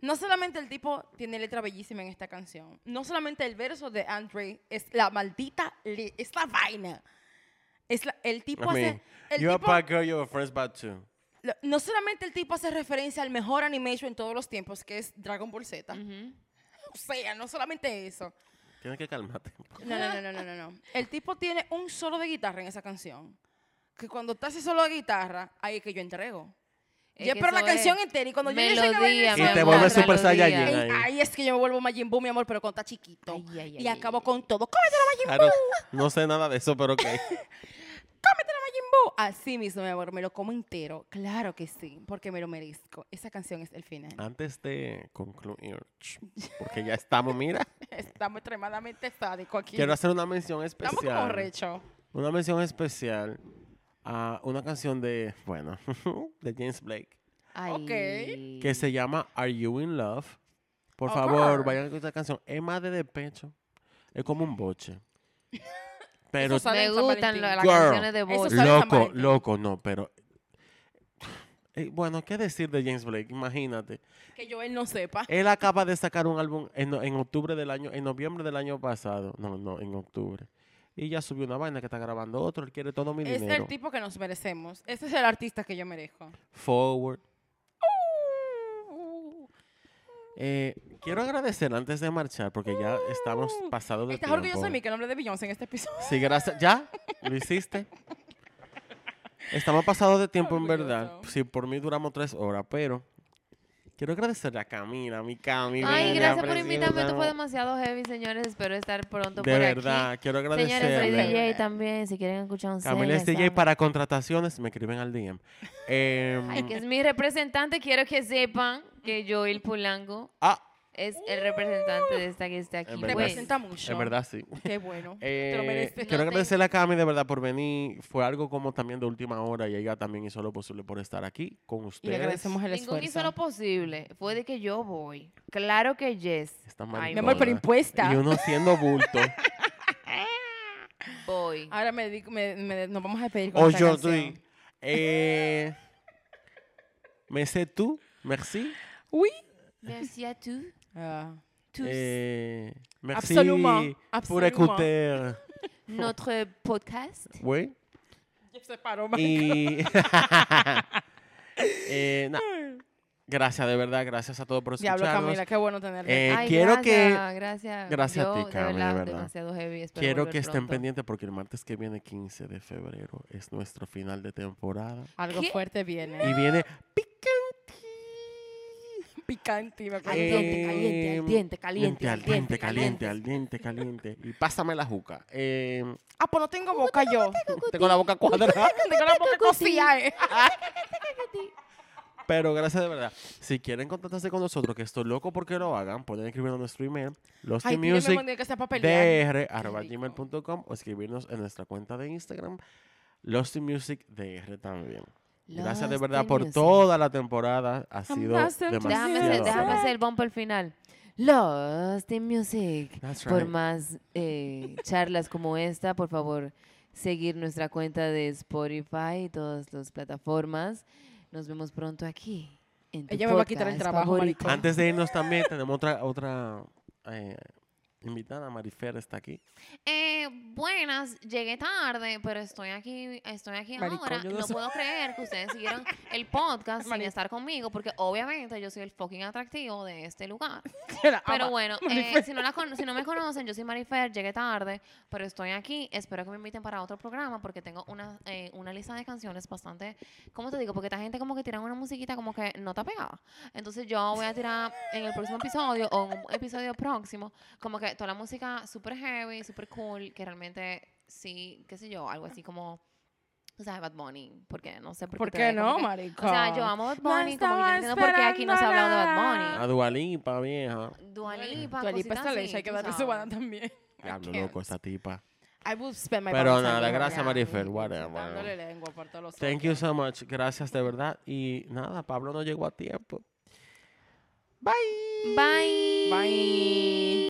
Speaker 2: no solamente el tipo tiene letra bellísima en esta canción, no solamente el verso de Andre es la maldita, li- es la vaina. Es la- el tipo
Speaker 3: I mean,
Speaker 2: hace, el
Speaker 3: you're
Speaker 2: tipo-
Speaker 3: a bad girl, you're a first bad too.
Speaker 2: lo- no solamente el tipo hace referencia al mejor animation en todos los tiempos, que es Dragon Ball Z. O sea, no solamente eso.
Speaker 3: Tienes que calmarte.
Speaker 2: No, no, no, no, no, no, no. El tipo tiene un solo de guitarra en esa canción. Que cuando está ese solo de guitarra, ahí es que yo entrego.
Speaker 4: Es
Speaker 2: yo
Speaker 4: que
Speaker 2: espero la
Speaker 4: eso es
Speaker 2: canción entera y cuando yo yo
Speaker 4: Melodía,
Speaker 3: Y
Speaker 4: mi
Speaker 3: te
Speaker 4: amor,
Speaker 3: vuelves super
Speaker 4: melodía.
Speaker 3: saiyajin.
Speaker 2: Ay,
Speaker 3: ahí.
Speaker 2: ay, es que yo me vuelvo Majin Buu, mi amor, pero cuando está chiquito.
Speaker 4: Ay, ay, ay, ay,
Speaker 2: y acabo con todo. ¡Cómete la Majin,
Speaker 3: Claro, no sé nada de eso, pero ok.
Speaker 2: cómete la Majin Buu! Así mismo, mi amor, me lo como entero. Claro que sí, porque me lo merezco. Esa canción es el final.
Speaker 3: Antes de concluir, porque ya estamos, mira,
Speaker 2: Estamos extremadamente sádicos aquí.
Speaker 3: quiero hacer una mención
Speaker 2: Estamos como
Speaker 3: especial.
Speaker 2: recho.
Speaker 3: Una mención especial a una canción de, bueno, de James Blake,
Speaker 4: Ay.
Speaker 2: Ok.
Speaker 3: que se llama Are You In Love? Por
Speaker 2: Of
Speaker 3: favor,
Speaker 2: course.
Speaker 3: vayan a escuchar esta canción. Es más de despecho. Es como un boche. Pero
Speaker 2: Eso sale
Speaker 4: Me
Speaker 2: en San
Speaker 4: gustan
Speaker 2: Valentín.
Speaker 4: lo- las
Speaker 3: Girl.
Speaker 4: canciones de
Speaker 2: Eso
Speaker 4: voz.
Speaker 2: Sale San
Speaker 3: Loco,
Speaker 2: Valentín.
Speaker 3: loco, no, pero... Eh, bueno, ¿qué decir de James Blake? Imagínate.
Speaker 2: Que yo él no sepa.
Speaker 3: Él acaba de sacar un álbum en, no- en octubre del año, en noviembre del año pasado. No, no, en octubre. Y ya subió una vaina que está grabando otro. Él quiere todo mi
Speaker 2: Es
Speaker 3: dinero.
Speaker 2: el tipo que nos merecemos. Ese es el artista que yo merezco.
Speaker 3: Forward. Eh, quiero agradecer antes de marchar porque ya estamos
Speaker 4: Mm.
Speaker 3: pasados de
Speaker 2: Estás
Speaker 3: tiempo.
Speaker 2: orgulloso de mí que el nombre de Beyoncé en este episodio.
Speaker 3: Sí, gracias. ¿Ya? ¿Lo hiciste? Estamos pasados de tiempo, en verdad.
Speaker 2: Orgulloso.
Speaker 3: Sí, por mí duramos tres horas, pero quiero agradecerle a Camila, mi Cami.
Speaker 4: Ay,
Speaker 3: bella,
Speaker 4: gracias por
Speaker 3: preciosa.
Speaker 4: invitarme. Esto fue demasiado heavy, señores. Espero estar pronto
Speaker 3: De
Speaker 4: por
Speaker 3: verdad,
Speaker 4: aquí.
Speaker 3: quiero
Speaker 4: Señores, soy
Speaker 3: agradecerle.
Speaker 4: DJ también. Si quieren escuchar un set,
Speaker 3: Camila es
Speaker 4: ya
Speaker 3: DJ
Speaker 4: saben.
Speaker 3: para contrataciones, me escriben al DM. Em,
Speaker 4: Ay, que es mi representante. Quiero que sepan que Joel Pulango
Speaker 3: ah,
Speaker 4: es el representante de esta que está
Speaker 3: Es
Speaker 4: aquí.
Speaker 3: verdad.
Speaker 2: Te
Speaker 4: Pues,
Speaker 2: presenta mucho.
Speaker 3: en verdad sí.
Speaker 2: Qué bueno.
Speaker 3: Eh,
Speaker 2: Te lo mereces.
Speaker 3: quiero agradecerle a Cami de verdad por venir. Fue algo como también de última hora y ella también hizo lo posible por estar aquí con
Speaker 2: Y le
Speaker 3: ustedes.
Speaker 2: agradecemos el
Speaker 4: Ningún
Speaker 2: esfuerzo.
Speaker 4: hizo lo posible. Fue de que yo voy. Claro que yes.
Speaker 3: Esta
Speaker 4: Ay,
Speaker 2: Mi amor, pero
Speaker 3: maricona.
Speaker 2: impuesta.
Speaker 3: Y uno siendo bulto.
Speaker 4: Voy.
Speaker 2: Ahora me, dedico- me- me- nos vamos a despedir con
Speaker 3: o
Speaker 2: esta
Speaker 3: Oh, yo
Speaker 2: canción.
Speaker 3: doy. Eh, me sé tú, merci.
Speaker 2: Oui.
Speaker 4: Merci à tous.
Speaker 2: Ah.
Speaker 4: tous.
Speaker 3: Eh, merci
Speaker 2: Absolument,
Speaker 3: pour
Speaker 2: absolument.
Speaker 3: écouter.
Speaker 4: Notre podcast.
Speaker 3: Oui.
Speaker 2: Ya se paró,
Speaker 3: Y. Eh, na- Gracias, de verdad, gracias a todos por escucharnos.
Speaker 2: Diablo, Camila, qué bueno tenerte.
Speaker 3: Eh,
Speaker 4: Ay,
Speaker 3: quiero
Speaker 4: gracias, Gracias.
Speaker 3: gracias a ti,
Speaker 4: Yo, de
Speaker 3: Carmen, de
Speaker 4: verdad,
Speaker 3: verdad.
Speaker 4: demasiado heavy. Espero
Speaker 3: Quiero
Speaker 4: volver
Speaker 3: que estén
Speaker 4: pronto.
Speaker 3: pendientes porque el martes que viene, 15 de febrero, es nuestro final de temporada.
Speaker 2: Algo
Speaker 4: ¿qué?
Speaker 2: fuerte viene.
Speaker 3: Y viene picante.
Speaker 2: Picante, me acuerdo.
Speaker 3: eh,
Speaker 4: Al diente, caliente, al
Speaker 3: Em,
Speaker 4: diente, caliente,
Speaker 3: al diente, caliente, al diente, caliente. Y pásame la juca. Em,
Speaker 2: Ah, pues no tengo boca yo.
Speaker 3: tengo la boca cuadrada.
Speaker 2: Tengo la boca cosía, eh.
Speaker 3: Pero gracias de verdad. Si quieren contactarse con nosotros, que estoy loco porque lo hagan, pueden escribirnos a nuestro email,
Speaker 2: Ay, dime
Speaker 3: lostymusic
Speaker 2: cuando que sea para pelear.
Speaker 3: dr.gmail.com o escribirnos en nuestra cuenta de Instagram, lostymusicdr también. Gracias de
Speaker 4: Lost
Speaker 3: verdad
Speaker 4: in
Speaker 3: por
Speaker 4: Music.
Speaker 3: toda la temporada. Ha sido
Speaker 2: Jamás se
Speaker 4: Déjame hacer,
Speaker 2: Demasiado.
Speaker 4: déjame
Speaker 3: demasiado.
Speaker 4: hacer el bumper final. Lost in Music.
Speaker 3: That's
Speaker 4: Por
Speaker 3: right.
Speaker 4: más eh, charlas como esta, por favor, seguir nuestra cuenta de Spotify y todas las plataformas. Nos vemos pronto aquí. en tu
Speaker 2: Ella me va a quitar el
Speaker 4: podcast
Speaker 2: trabajo,
Speaker 4: favorito.
Speaker 2: maricón.
Speaker 3: Antes de irnos también tenemos otra otra eh, invitada Marifer está aquí.
Speaker 4: Eh, buenas, llegué tarde, pero estoy aquí, estoy aquí
Speaker 2: Maricón,
Speaker 4: ahora.
Speaker 2: yo no
Speaker 4: No
Speaker 2: sé.
Speaker 4: puedo creer que ustedes siguieron el podcast sin
Speaker 2: Mari-
Speaker 4: estar conmigo, porque obviamente yo soy el fucking atractivo de este lugar.
Speaker 2: La ama.
Speaker 4: Pero bueno, eh,
Speaker 2: Marifer.
Speaker 4: si, no la con- si no me conocen, yo soy Marifer, llegué tarde, pero estoy aquí. Espero que me inviten para otro programa porque tengo una, eh, una lista de canciones bastante, ¿cómo te digo? Porque esta gente como que tira una musiquita como que no está pegada. Entonces yo voy a tirar en el próximo episodio o en un episodio próximo como que toda la música súper heavy, súper cool, que realmente sí, qué sé yo, algo así como... O sea, Bad Bunny, porque no sé por qué.
Speaker 2: ¿Por
Speaker 4: todavía
Speaker 2: qué
Speaker 4: como
Speaker 2: no,
Speaker 4: que-
Speaker 2: marico?
Speaker 4: O sea, yo amo Bad
Speaker 2: No
Speaker 4: Bunny, como que yo
Speaker 2: estaba
Speaker 4: no entiendo por qué aquí no se ha hablado de Bad
Speaker 2: esperando
Speaker 4: Bunny.
Speaker 3: A Dualipa, vieja.
Speaker 4: Dua Lipa,
Speaker 2: Dua Lipa
Speaker 4: cositas
Speaker 2: está
Speaker 4: así,
Speaker 2: leche, hay que
Speaker 4: tú
Speaker 2: darle su
Speaker 4: sabes.
Speaker 2: banda también.
Speaker 3: Diablo
Speaker 4: can't.
Speaker 3: loco esa tipa.
Speaker 2: I will spend my
Speaker 3: Pero
Speaker 2: balance on
Speaker 3: nada,
Speaker 2: you.
Speaker 3: gracias,
Speaker 2: Yeah.
Speaker 3: Marifer, whatever.
Speaker 2: Dándole lengua por todos los
Speaker 3: Thank you
Speaker 2: ojos.
Speaker 3: so much. Gracias de verdad. Y nada, Pablo no llegó a tiempo. Bye.
Speaker 4: Bye.
Speaker 2: Bye.